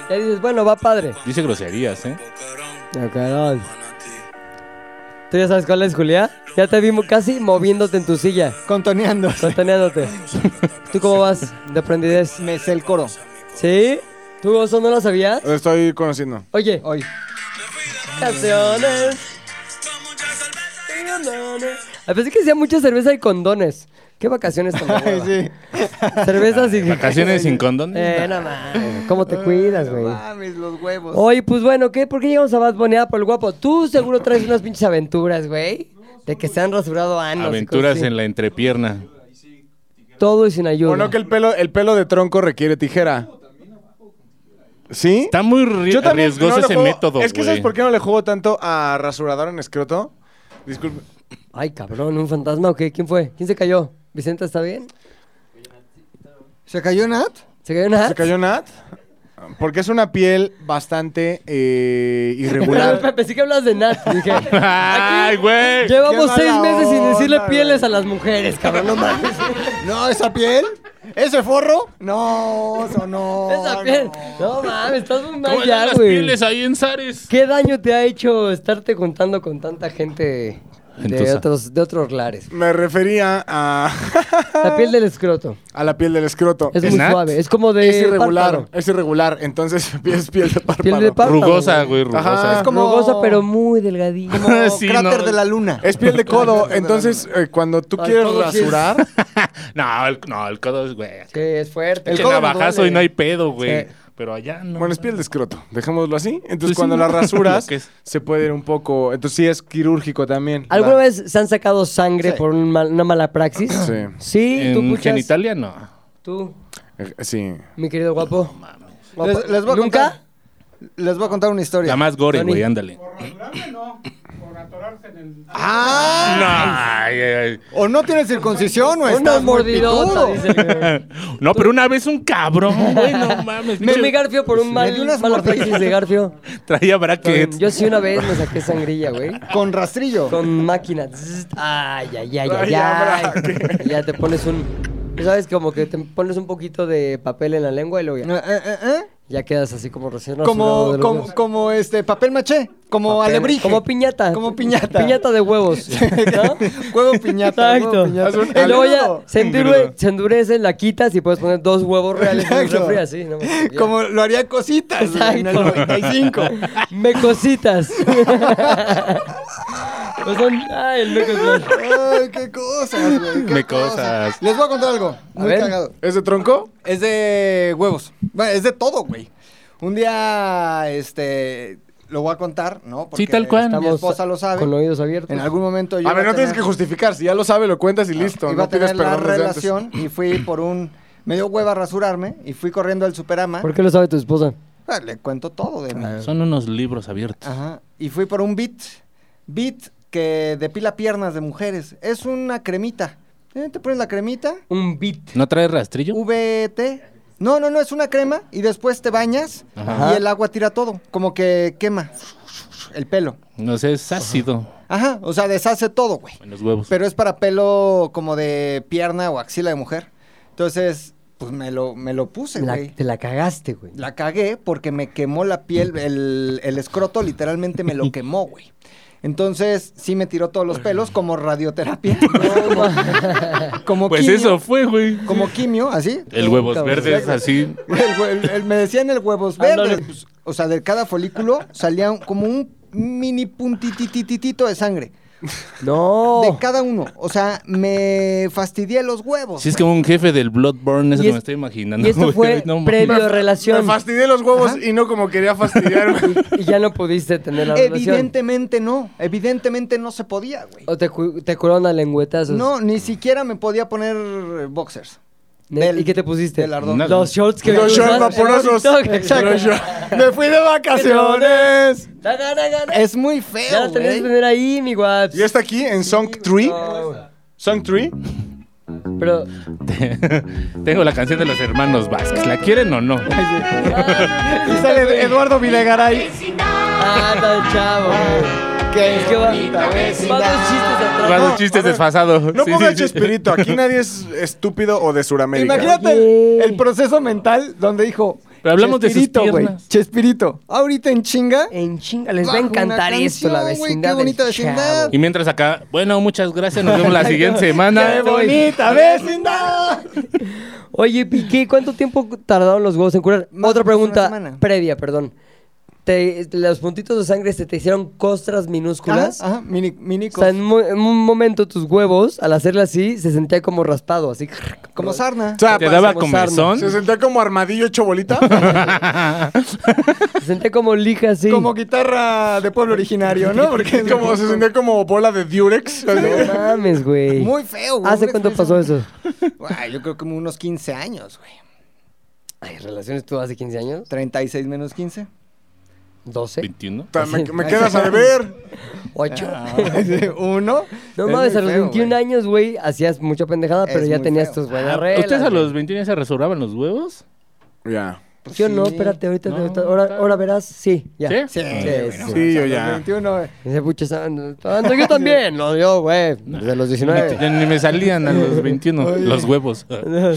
Speaker 4: Ya dices, bueno, va padre.
Speaker 5: Dice groserías, ¿eh?
Speaker 4: Ya, cabrón. ¿Tú ya sabes cuál es, Julia? Ya te vimos casi moviéndote en tu silla,
Speaker 2: Contoneando.
Speaker 4: contaneándote. ¿Tú cómo vas de aprendidez?
Speaker 2: Me sé el coro.
Speaker 4: ¿Sí? ¿Tú eso no lo sabías?
Speaker 3: Lo estoy conociendo.
Speaker 4: Oye,
Speaker 2: Hoy.
Speaker 4: canciones. A pesar que sea mucha cerveza y condones. ¿Qué vacaciones tan de hueva?
Speaker 2: Sí.
Speaker 4: Cervezas y...
Speaker 5: Vacaciones sin condón.
Speaker 4: Eh, no mames, ¿Cómo te cuidas, güey?
Speaker 2: Mames, los huevos.
Speaker 4: Oye, pues bueno, ¿qué? ¿Por qué llegamos a Bad Bunny? Ah, por el guapo. Tú seguro traes unas pinches aventuras, güey. De que se han rasurado anos. y cosas
Speaker 5: Aventuras
Speaker 4: así.
Speaker 5: en la entrepierna.
Speaker 4: Todo y sin ayuda.
Speaker 3: Bueno, que el pelo, el pelo de tronco requiere tijera. ¿Sí?
Speaker 5: Está muy ri-
Speaker 3: Yo también
Speaker 5: riesgoso
Speaker 3: no le
Speaker 5: ese
Speaker 3: juego-
Speaker 5: método,
Speaker 3: Es que ¿sabes
Speaker 5: güey.
Speaker 3: por qué no le juego tanto a rasurador en escroto? Disculpe.
Speaker 4: Ay, cabrón, ¿un fantasma o qué? ¿Quién fue? ¿Quién se cayó? ¿Vicenta está bien?
Speaker 2: ¿Se cayó Nat?
Speaker 4: ¿Se cayó nada?
Speaker 3: ¿Se cayó Nat? Porque es una piel bastante eh,
Speaker 4: Pero,
Speaker 3: irregular.
Speaker 4: Pepe, sí que hablas de Nat. Dije,
Speaker 5: ¡Ay,
Speaker 4: aquí
Speaker 5: güey!
Speaker 4: llevamos
Speaker 2: Qué
Speaker 4: seis
Speaker 2: mala
Speaker 4: meses sin
Speaker 2: onda,
Speaker 4: decirle
Speaker 2: güey.
Speaker 4: pieles a las mujeres, cabrón. No mames.
Speaker 2: No, esa piel. ¿Ese forro? No, eso no.
Speaker 4: Esa piel. No mames, estás muy
Speaker 5: ¿Cómo
Speaker 4: mal
Speaker 5: están
Speaker 4: ya,
Speaker 5: las
Speaker 4: güey.
Speaker 5: pieles ahí en Zares?
Speaker 4: ¿Qué daño te ha hecho estarte juntando con tanta gente de
Speaker 5: Gentuza.
Speaker 4: otros, de otros lares?
Speaker 3: Me refería a,
Speaker 4: La piel del escroto.
Speaker 3: a la piel del escroto.
Speaker 4: Es,
Speaker 5: ¿Es
Speaker 4: muy
Speaker 5: nat?
Speaker 4: suave. Es como de.
Speaker 3: Es irregular,
Speaker 4: párpado.
Speaker 3: es irregular. Entonces es piel de párpado.
Speaker 4: Piel de párpado.
Speaker 5: Rugosa, güey, rugosa.
Speaker 3: Ajá.
Speaker 2: Es como.
Speaker 4: Rugosa, pero muy delgadilla.
Speaker 2: como
Speaker 5: Sí,
Speaker 2: cráter
Speaker 5: no. Eh,
Speaker 2: de la luna.
Speaker 3: Es piel de codo. Entonces, eh, cuando tú
Speaker 4: Ay,
Speaker 3: quieres
Speaker 4: todo sí es-
Speaker 3: rasurar,
Speaker 5: no, el, no, el codo es, güey.
Speaker 4: Sí, es fuerte.
Speaker 5: El
Speaker 4: codo nos
Speaker 5: navajazo
Speaker 4: duele.
Speaker 5: y no hay pedo, güey.
Speaker 4: Sí.
Speaker 5: Pero allá no.
Speaker 3: bueno, es piel de escroto, dejémoslo así. Entonces,
Speaker 5: Pues sí,
Speaker 3: cuando
Speaker 5: no.
Speaker 3: la rasuras,
Speaker 5: Lo que es.
Speaker 3: se puede ir un poco. Entonces, sí es quirúrgico también.
Speaker 4: ¿Alguna
Speaker 3: La-
Speaker 4: vez se han sacado sangre por un mal- una mala praxis?
Speaker 3: Sí.
Speaker 4: Sí, tú
Speaker 5: En
Speaker 4: puchas?
Speaker 5: genitalia no.
Speaker 4: Tú,
Speaker 3: Eh, Sí.
Speaker 4: mi querido guapo. Guapo.
Speaker 2: Les, les voy a
Speaker 4: ¿Nunca?
Speaker 2: contar. Les voy a contar una historia.
Speaker 5: La más gore,
Speaker 4: Tony.
Speaker 5: güey, ándale.
Speaker 2: ¡Ah!
Speaker 5: No, ay, ay,
Speaker 2: O no tienes circuncisión o
Speaker 4: Una
Speaker 2: estás muy
Speaker 4: mordidota,
Speaker 2: pitudo.
Speaker 4: dice. el-
Speaker 5: ay. No, pero una vez un cabrón, güey, no mames.
Speaker 4: Me
Speaker 5: pinche-
Speaker 4: mi Garfio por un mal,
Speaker 2: dio unas
Speaker 4: mala
Speaker 2: mordidas.
Speaker 4: praxis de Garfio.
Speaker 5: Traía brackets.
Speaker 4: Yo sí una vez me saqué sangrilla, güey.
Speaker 2: Con rastrillo.
Speaker 4: Con máquina. Zzz, Ay, ay, ay, ay, ay.
Speaker 3: Ay, habrá que-
Speaker 4: Y ya te pones un... ¿Sabes? Como que te pones un poquito de papel en la lengua y luego ya,
Speaker 2: Eh, eh, eh, eh.
Speaker 4: ya quedas así como recién rasurado de
Speaker 2: Como,
Speaker 4: los
Speaker 2: como,
Speaker 4: dedos.
Speaker 2: como este papel maché, como
Speaker 4: Papel,
Speaker 2: alebrije.
Speaker 4: Como piñata.
Speaker 2: Como piñata.
Speaker 4: Piñata de huevos. ¿no?
Speaker 2: Huevo piñata.
Speaker 4: Exacto.
Speaker 2: huevo piñata.
Speaker 4: Y luego ya
Speaker 2: Engrudo.
Speaker 4: se,
Speaker 5: Un
Speaker 4: endure-
Speaker 5: grudo.
Speaker 4: se endurece, la quitas y puedes poner dos huevos reales en
Speaker 2: Exacto.
Speaker 4: el refri así. No, mames, ya.
Speaker 2: Como lo haría cositas en el
Speaker 4: Exacto.
Speaker 2: 95.
Speaker 4: Me cositas. O son- ay, el mecos.
Speaker 2: Ay, qué cosas, güey. qué
Speaker 5: Me cosas.
Speaker 2: Les voy a contar algo. Muy
Speaker 4: ver.
Speaker 2: cagado.
Speaker 3: ¿Es de tronco?
Speaker 2: Es de huevos. Bueno, es de todo, güey. Un día, este, lo voy a contar, ¿no?
Speaker 5: Sí, tal cual.
Speaker 2: Mi esposa lo sabe.
Speaker 4: Con oídos abiertos.
Speaker 2: En algún momento yo.
Speaker 3: A ver,
Speaker 2: iba
Speaker 3: no tienes que
Speaker 2: tener-
Speaker 3: justificar. Si ya lo sabe, lo cuentas y listo.
Speaker 2: Iba
Speaker 3: No
Speaker 2: a tener
Speaker 3: pides
Speaker 2: la
Speaker 3: perdón desde antes.
Speaker 2: relación y fui por un. Me dio hueva a rasurarme y fui corriendo al Superama.
Speaker 4: ¿Por qué lo sabe tu esposa?
Speaker 2: Ah, Le cuento todo de mí.
Speaker 3: Ah,
Speaker 5: Son unos libros abiertos.
Speaker 2: Ajá. Y fui por un Bit. Bit que depila piernas de mujeres. Es una cremita. Eh, Te pones la cremita,
Speaker 4: Un beat.
Speaker 5: ¿No trae rastrillo?
Speaker 2: VT. No, no, no, es una crema y después te bañas
Speaker 5: Ajá.
Speaker 2: y el agua tira todo. Como que quema el pelo.
Speaker 5: No sé, es ácido
Speaker 2: Ajá, o sea, deshace todo, güey.
Speaker 5: en los huevos.
Speaker 2: Pero es para pelo como de pierna o axila de mujer. Entonces, pues me lo, me lo puse,
Speaker 4: La-
Speaker 2: güey.
Speaker 4: te la cagaste, güey.
Speaker 2: La cagué porque me quemó la piel, el, el escroto literalmente me lo quemó, güey. Entonces, sí me tiró todos los pelos como radioterapia. como, como
Speaker 5: pues
Speaker 2: quimio,
Speaker 5: eso fue, güey.
Speaker 2: Como quimio, así.
Speaker 5: El huevos
Speaker 4: Cabrón.
Speaker 5: verdes así.
Speaker 2: El hue- el- el- me decían el huevos
Speaker 4: Ándale.
Speaker 2: verdes. Pues, O sea, de cada folículo salía un- como un mini puntitititito de sangre.
Speaker 4: No.
Speaker 2: De cada uno. O sea, me fastidié los huevos.
Speaker 5: Sí, es como un jefe del Bloodborne, eso
Speaker 4: Y
Speaker 5: que
Speaker 4: es-
Speaker 5: me estoy imaginando.
Speaker 4: y esto
Speaker 5: güey.
Speaker 4: fue
Speaker 5: No,
Speaker 4: previo
Speaker 5: mames.
Speaker 4: a relación.
Speaker 3: Me fastidié los huevos y no como quería fastidiar.
Speaker 4: Y ya no pudiste tener la relación.
Speaker 2: Evidentemente no. Evidentemente no se podía, güey.
Speaker 4: O te, cu- te curaron a lengüetazos.
Speaker 2: No, ni siquiera me podía poner eh, boxers.
Speaker 4: Ne-
Speaker 2: del-
Speaker 4: ¿Y qué te pusiste?
Speaker 2: del ardor.
Speaker 5: Nada.
Speaker 4: Los shorts que
Speaker 3: Los
Speaker 4: me
Speaker 3: shorts
Speaker 4: usaste en
Speaker 3: vaporosos.
Speaker 4: TikTok,
Speaker 2: Exacto.
Speaker 4: exacto.
Speaker 2: Me fui de vacaciones.
Speaker 4: Da, da, da, da, da.
Speaker 2: Es muy
Speaker 4: Ya
Speaker 2: feo,
Speaker 4: la tenías que
Speaker 2: güey.
Speaker 4: tener ahí, mi guaps.
Speaker 3: y está aquí en Song Tree.
Speaker 4: No, güey.
Speaker 3: Song Tree.
Speaker 4: Pero.
Speaker 5: Tengo la canción de los hermanos Vázquez. ¿La quieren o no?
Speaker 4: Ah,
Speaker 2: Y sale Eduardo Vilegaray.
Speaker 4: Ah, tan chavo. güey. Pues, ¿qué va? Va dos chistes atrás.
Speaker 5: Más
Speaker 3: No,
Speaker 5: los chistes
Speaker 3: a ver,
Speaker 5: desfasados.
Speaker 3: No
Speaker 5: Sí,
Speaker 3: ponga
Speaker 5: sí, sí.
Speaker 3: Chespirito, aquí nadie es estúpido o de Sudamérica.
Speaker 2: Imagínate el, el proceso mental donde dijo.
Speaker 5: Pero hablamos de sus
Speaker 2: Chespirito, güey,
Speaker 5: piernas.
Speaker 2: Chespirito, ahorita en chinga.
Speaker 4: En chinga, les va a
Speaker 2: bajo una
Speaker 4: encantar esto, la
Speaker 2: canción, güey,
Speaker 4: vecindad.
Speaker 2: Qué bonita
Speaker 4: del
Speaker 2: vecindad.
Speaker 4: Chavo.
Speaker 5: Y mientras acá, bueno, muchas gracias. Nos vemos la siguiente semana.
Speaker 2: bonita vecindad!
Speaker 4: Oye, Piqué, ¿cuánto tiempo tardaron los huevos en curar?
Speaker 2: Más
Speaker 4: Otra
Speaker 2: o menos una
Speaker 4: pregunta
Speaker 2: semana.
Speaker 4: previa, perdón. Te- ¿Los puntitos de sangre se te hicieron costras minúsculas?
Speaker 2: Ajá, ajá, Ah, mini, mini
Speaker 4: O sea, en, mu- en un momento tus huevos, al hacerla así, se sentía como raspado, así.
Speaker 2: Como sarna.
Speaker 3: O sea,
Speaker 5: Te daba
Speaker 4: Como
Speaker 5: comezón.
Speaker 3: se sentía como armadillo hecho bolita.
Speaker 4: Se sentía como lija así.
Speaker 2: Como guitarra de pueblo originario, ¿no? Porque es
Speaker 3: como, se sentía como bola de Durex.
Speaker 4: No mames, güey.
Speaker 2: Muy feo, güey.
Speaker 4: ¿Hace
Speaker 2: Una
Speaker 4: cuánto pasó
Speaker 2: experiencia-
Speaker 4: eso?
Speaker 2: Guay, yo creo que como unos 15 años, güey.
Speaker 4: Ay, ¿relaciones tú hace 15 años?
Speaker 2: 36 menos 15.
Speaker 4: 12,
Speaker 5: 21.
Speaker 3: Ta- Me, me quedas a deber.
Speaker 4: 8.
Speaker 2: Uno.
Speaker 4: No
Speaker 2: Ah.
Speaker 4: mames,
Speaker 2: Es muy
Speaker 4: a los
Speaker 2: feo,
Speaker 4: 21
Speaker 2: güey.
Speaker 4: años, güey, hacías mucha pendejada,
Speaker 2: Es
Speaker 4: pero ya
Speaker 2: muy
Speaker 4: tenías
Speaker 2: feo.
Speaker 4: tus buenas
Speaker 5: Ah,
Speaker 4: reglas.
Speaker 5: ¿Ustedes a
Speaker 4: güey.
Speaker 5: los 21 ya se resobraban los huevos?
Speaker 3: Ya.
Speaker 4: Yo no,
Speaker 2: Sí.
Speaker 4: espérate, ahorita,
Speaker 5: No,
Speaker 4: ahorita- ahora, ahora verás, sí, ya.
Speaker 5: ¿Sí?
Speaker 2: Sí,
Speaker 4: Sí,
Speaker 2: güey, no
Speaker 4: sí.
Speaker 2: mames,
Speaker 3: yo
Speaker 2: a los
Speaker 3: ya.
Speaker 2: 21, güey.
Speaker 4: Ese pucho está- ando- yo también, no, yo, güey, desde los
Speaker 5: Ni,
Speaker 4: 19.
Speaker 5: te- ni me salían a los 21 los huevos.
Speaker 4: todavía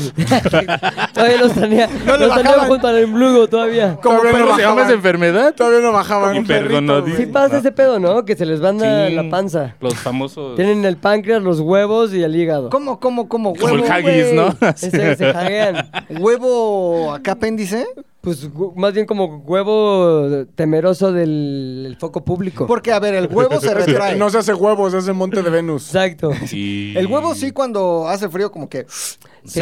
Speaker 4: los tenía,
Speaker 2: No le
Speaker 4: los tenía
Speaker 2: bajaban.
Speaker 4: junto al emblugo todavía.
Speaker 3: Todavía no
Speaker 5: ¿Cómo se llama esa
Speaker 3: bajaban.
Speaker 5: enfermedad?
Speaker 3: Todavía no bajaban.
Speaker 5: Y perdón, no
Speaker 4: Sí
Speaker 5: dice.
Speaker 4: pasa ese pedo, ¿no? Que se les banda
Speaker 5: Sí,
Speaker 4: la panza.
Speaker 5: Los famosos.
Speaker 4: Tienen el páncreas, los huevos y el hígado.
Speaker 2: ¿Cómo, cómo, cómo?
Speaker 5: Como el
Speaker 2: ¿Huevo,
Speaker 5: haggis,
Speaker 2: güey?
Speaker 5: ¿no?
Speaker 4: Ese- se jaguean.
Speaker 2: ¿Huevo acá apéndice?
Speaker 4: Pues hu- más bien como huevo temeroso del el foco público.
Speaker 2: Porque, a ver, el huevo se retrae.
Speaker 3: No se hace huevos, se hace monte de Venus.
Speaker 4: Exacto.
Speaker 5: Y-
Speaker 2: El huevo sí cuando hace frío como que...
Speaker 5: Se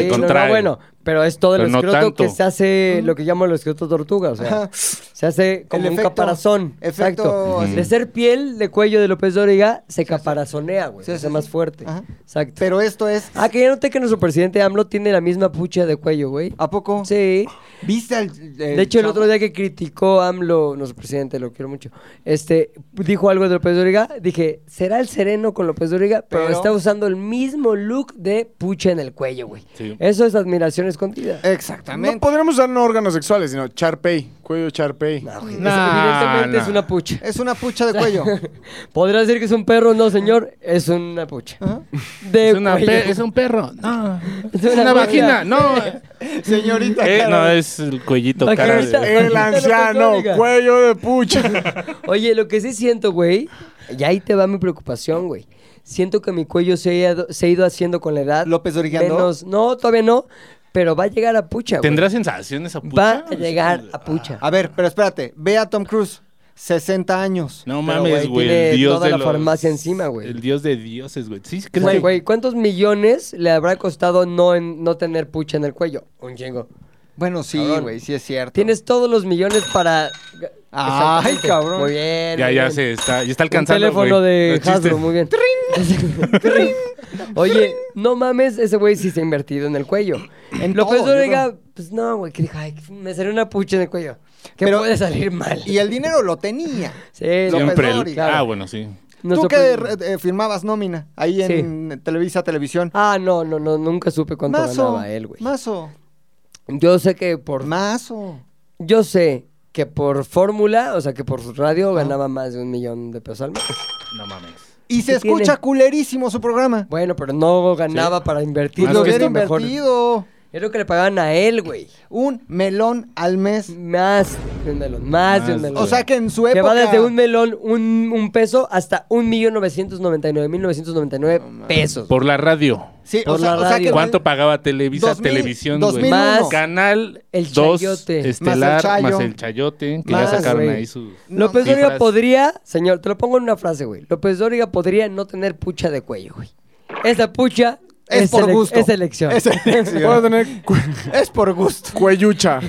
Speaker 4: Sí, no, no,
Speaker 5: contrae.
Speaker 4: bueno, pero es todo el
Speaker 5: Pero no
Speaker 4: escroto
Speaker 5: tanto.
Speaker 4: que se hace, lo que llamo el escroto tortuga, o sea,
Speaker 2: Ajá.
Speaker 4: se hace como
Speaker 2: El
Speaker 4: un
Speaker 2: efecto-
Speaker 4: caparazón.
Speaker 2: efecto
Speaker 4: Exacto.
Speaker 2: así.
Speaker 4: De ser piel de cuello de López Dóriga, se caparazonea, güey.
Speaker 2: Sí,
Speaker 4: se hace
Speaker 2: sí,
Speaker 4: más
Speaker 2: sí.
Speaker 4: fuerte.
Speaker 2: Ajá.
Speaker 4: Exacto.
Speaker 2: Pero esto es...
Speaker 4: Ah, que ya noté que nuestro presidente AMLO tiene la misma pucha de cuello, güey.
Speaker 2: ¿A poco?
Speaker 4: Sí.
Speaker 2: ¿Viste al...
Speaker 4: De hecho, el otro día que criticó AMLO, nuestro presidente, lo quiero mucho, este, dijo algo de López Dóriga, dije, será el sereno con López Dóriga, pero,
Speaker 2: Pero-
Speaker 4: está usando el mismo look de pucha en el cuello, güey.
Speaker 5: Sí. Eh,
Speaker 4: Eso es admiración escondida.
Speaker 2: Exactamente.
Speaker 3: No podríamos usar no órganos sexuales, sino charpey, cuello charpey.
Speaker 4: Es-
Speaker 5: Nah,
Speaker 4: evidentemente
Speaker 5: nah.
Speaker 4: es una pucha.
Speaker 2: Es una pucha de cuello.
Speaker 4: Podrá decir que es un perro, no, señor, es una pucha.
Speaker 2: Ajá.
Speaker 4: De
Speaker 5: Es, una
Speaker 4: cuello.
Speaker 5: pe- es un perro. No.
Speaker 4: Es
Speaker 5: Es
Speaker 4: una
Speaker 5: una,
Speaker 4: vaca.
Speaker 5: vagina. No.
Speaker 2: Señorita.
Speaker 5: Eh,
Speaker 2: cara
Speaker 5: no,
Speaker 2: de-
Speaker 5: es el cuellito.
Speaker 4: Vaca
Speaker 5: Cara
Speaker 4: ahorita. eh,
Speaker 5: de-
Speaker 3: El anciano,
Speaker 4: Oiga.
Speaker 3: cuello de pucha.
Speaker 4: Oye, lo que sí siento, güey, y ahí te va mi preocupación, güey. Siento que mi cuello se ha, ido- se ha ido haciendo con la edad.
Speaker 2: ¿López Origando?
Speaker 4: Menos, no, todavía no, pero va a llegar a pucha, güey.
Speaker 5: ¿Tendrá sensaciones a pucha?
Speaker 4: Va a llegar a pucha.
Speaker 2: A ver, pero espérate. Ve a Tom Cruise. 60 años.
Speaker 5: No
Speaker 4: Pero,
Speaker 5: mames,
Speaker 4: güey,
Speaker 5: güey.
Speaker 4: tiene
Speaker 5: El dios
Speaker 4: toda
Speaker 5: de
Speaker 4: la
Speaker 5: los-
Speaker 4: farmacia encima, güey.
Speaker 5: El dios de dioses, güey. Sí, ¿crees
Speaker 4: Güey,
Speaker 5: que-
Speaker 4: güey, ¿cuántos millones le habrá costado no, en- no tener pucha en el cuello? Un chingo.
Speaker 2: Bueno, sí,
Speaker 4: Cabrón.
Speaker 2: güey, sí es cierto.
Speaker 4: Tienes todos los millones para...
Speaker 2: Ay,
Speaker 4: Exactamente.
Speaker 2: cabrón.
Speaker 4: Muy bien.
Speaker 5: Ya,
Speaker 4: muy
Speaker 5: ya
Speaker 4: bien.
Speaker 5: se está. Ya está
Speaker 4: Un
Speaker 5: alcanzando.
Speaker 4: teléfono
Speaker 5: güey,
Speaker 4: de
Speaker 5: los
Speaker 4: Hasbro,
Speaker 5: chistes.
Speaker 4: muy bien. Trin. Oye, no mames, ese güey sí se ha invertido en el cuello.
Speaker 2: En
Speaker 4: López
Speaker 2: todo, yo
Speaker 4: Dóriga, pues no, güey, que dijo, ay, me salió una pucha en el cuello. Que
Speaker 2: Pero-
Speaker 4: puede salir mal.
Speaker 2: Y el dinero lo tenía.
Speaker 4: Sí, pues, López
Speaker 5: Siempre. el-
Speaker 4: Dóriga.
Speaker 5: Ah, bueno, sí.
Speaker 4: Nuestro
Speaker 2: Tú que
Speaker 4: pre-
Speaker 2: eh, firmabas nómina ahí en Televisa Televisión.
Speaker 4: Ah, no, no, no, nunca supe cuánto
Speaker 2: mazo,
Speaker 4: ganaba él, güey.
Speaker 2: mazo,
Speaker 4: Yo sé que por...
Speaker 2: mazo.
Speaker 4: Yo sé que por fórmula, o sea, que por radio ganaba más de un millón de pesos al mes.
Speaker 5: No mames.
Speaker 2: Y se
Speaker 4: ¿Qué tiene?
Speaker 2: escucha culerísimo su programa.
Speaker 4: Bueno, pero no ganaba para invertir.
Speaker 5: Más
Speaker 2: Pues lo
Speaker 4: lo que
Speaker 2: hubiera
Speaker 4: es mejor.
Speaker 2: invertido
Speaker 4: Es lo que le pagaban a él, güey.
Speaker 2: un melón al mes.
Speaker 4: Más de un melón, más, de un
Speaker 5: Más.
Speaker 4: melón.
Speaker 2: O sea que en su
Speaker 4: que va
Speaker 2: época.
Speaker 4: desde un melón, un, un peso, hasta 1.999.999 pesos.
Speaker 5: Por la radio.
Speaker 2: Sí, o
Speaker 4: por
Speaker 2: sea,
Speaker 4: la
Speaker 2: o sea que
Speaker 4: radio.
Speaker 5: ¿Cuánto pagaba Televisa?
Speaker 2: Dos mil-
Speaker 5: televisión,
Speaker 2: dos
Speaker 5: güey.
Speaker 2: mil
Speaker 4: Más
Speaker 2: uno.
Speaker 5: Canal
Speaker 4: El
Speaker 5: 2
Speaker 4: chayote.
Speaker 5: Estelar
Speaker 2: Más
Speaker 5: más
Speaker 2: el
Speaker 5: el,
Speaker 2: chayo.
Speaker 5: Chayote, que
Speaker 2: Más,
Speaker 5: ya sacaron
Speaker 4: güey.
Speaker 5: ahí sus.
Speaker 4: López
Speaker 5: cifras.
Speaker 4: Dóriga podría, señor, te lo pongo en una frase, güey. López Dóriga podría no tener pucha de cuello, güey. Esa pucha
Speaker 2: Es por
Speaker 4: ele-
Speaker 2: gusto.
Speaker 4: Es elección.
Speaker 2: Es elección.
Speaker 3: Puedo tener cue-
Speaker 2: Es por gusto.
Speaker 3: cuellucha.